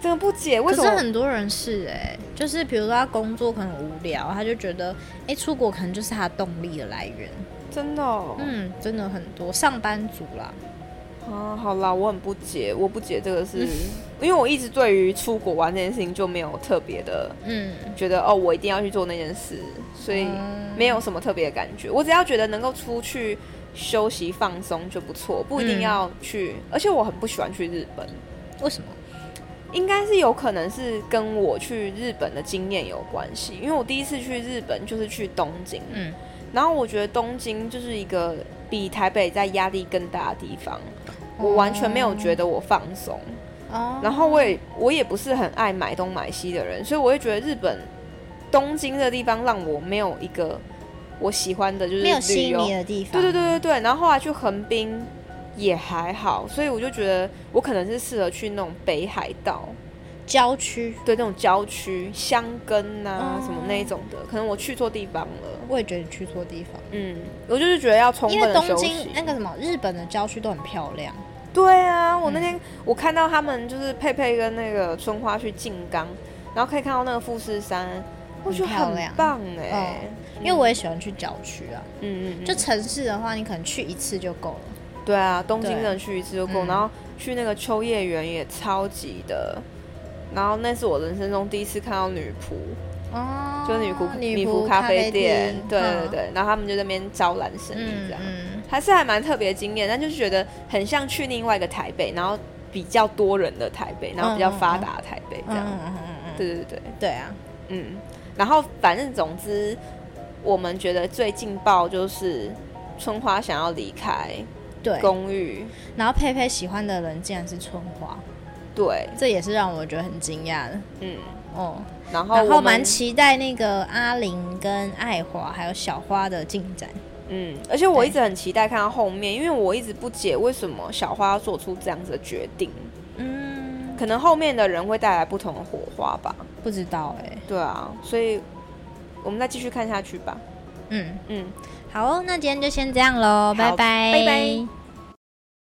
Speaker 1: 真的不解为
Speaker 2: 可
Speaker 1: 什
Speaker 2: 是
Speaker 1: 么。
Speaker 2: 很多人是哎、就是比如说他工作可能无聊，他就觉得哎、出国可能就是他的动力的来源。
Speaker 1: 真的、哦，
Speaker 2: 嗯，真的很多上班族啦，
Speaker 1: 啊，好啦，我很不解，我不解这个
Speaker 2: 嗯
Speaker 1: 是，因为我一直对于出国玩这件事情就没有特别的
Speaker 2: 嗯，
Speaker 1: 觉得哦，我一定要去做那件事，所以没有什么特别的感觉。我只要觉得能够出去休息放松就不错，不一定
Speaker 2: 嗯
Speaker 1: 要去。而且我很不喜欢去日本，
Speaker 2: 为什么？
Speaker 1: 应该是有可能是跟我去日本的经验有关系。因为我第一次去日本就是去东京，
Speaker 2: 嗯，
Speaker 1: 然后我觉得东京就是一个比台北在压力更大的地方，我完全没有觉得我放松。
Speaker 2: 哦，
Speaker 1: 然后我也我也不是很爱买东买西的人，所以我会觉得日本东京的地方让我没有一个我喜欢的，就是
Speaker 2: 没有吸
Speaker 1: 旅
Speaker 2: 引
Speaker 1: 游
Speaker 2: 你。的地方。
Speaker 1: 对对对对对，然后后来去横滨也还好，所以我就觉得我可能是适合去那种北海道，
Speaker 2: 郊区
Speaker 1: 对那种郊区箱根呐、啊
Speaker 2: 嗯
Speaker 1: 什么那一种的，可能我去错地方了。
Speaker 2: 我也觉得你去错地方，
Speaker 1: 嗯，我就是觉得要充
Speaker 2: 因
Speaker 1: 分
Speaker 2: 为
Speaker 1: 的
Speaker 2: 东
Speaker 1: 休
Speaker 2: 京
Speaker 1: 息。
Speaker 2: 那个什么日本的郊区都很漂亮。
Speaker 1: 对啊，我那天、我看到他们就是佩佩跟那个春花去静冈，然后可以看到那个富士山，我觉得
Speaker 2: 很漂
Speaker 1: 很
Speaker 2: 亮
Speaker 1: 棒哎、
Speaker 2: 因为我也喜欢去郊区啊，
Speaker 1: 嗯嗯，
Speaker 2: 就
Speaker 1: 就
Speaker 2: 城市的话，你可能去一次就够了。
Speaker 1: 对啊，东京真的去一次就够，
Speaker 2: 嗯
Speaker 1: 然后去那个秋叶原也超级的。然后那是我人生中第一次看到女仆，
Speaker 2: 哦
Speaker 1: 就是女仆
Speaker 2: 女
Speaker 1: 仆
Speaker 2: 咖
Speaker 1: 啡
Speaker 2: 店，
Speaker 1: 对
Speaker 2: 嗯
Speaker 1: 对对。然后他们就在那边招揽生意
Speaker 2: 嗯
Speaker 1: 这样，
Speaker 2: 嗯，
Speaker 1: 还是还蛮特别的经验，但就是觉得很像去另外一个台北，然后比较多人的台北，然后比较发达的台北这
Speaker 2: 嗯
Speaker 1: 样。
Speaker 2: 嗯嗯嗯嗯，
Speaker 1: 对对对。
Speaker 2: 对啊，
Speaker 1: 嗯，然后反正总之，我们觉得最劲爆就是春花想要离开
Speaker 2: 对。
Speaker 1: 公寓，
Speaker 2: 然后佩佩喜欢的人竟然是春花，
Speaker 1: 对，
Speaker 2: 这也是让我觉得很惊讶的
Speaker 1: 嗯，
Speaker 2: 哦。
Speaker 1: 然后
Speaker 2: 然后
Speaker 1: 我们
Speaker 2: 蛮期待那个阿玲跟爱华还有小花的进展。
Speaker 1: 嗯，而且我一直很期待看到后面，因为我一直不解为什么小花要做出这样子的决定，
Speaker 2: 嗯，
Speaker 1: 可能后面的人会带来不同的火花吧。
Speaker 2: 不知道哎、
Speaker 1: 对啊，所以我们再继续看下去吧。
Speaker 2: 嗯，
Speaker 1: 嗯。
Speaker 2: 好哦，那今天就先这样喽，
Speaker 1: 好
Speaker 2: 拜拜，
Speaker 1: 拜拜。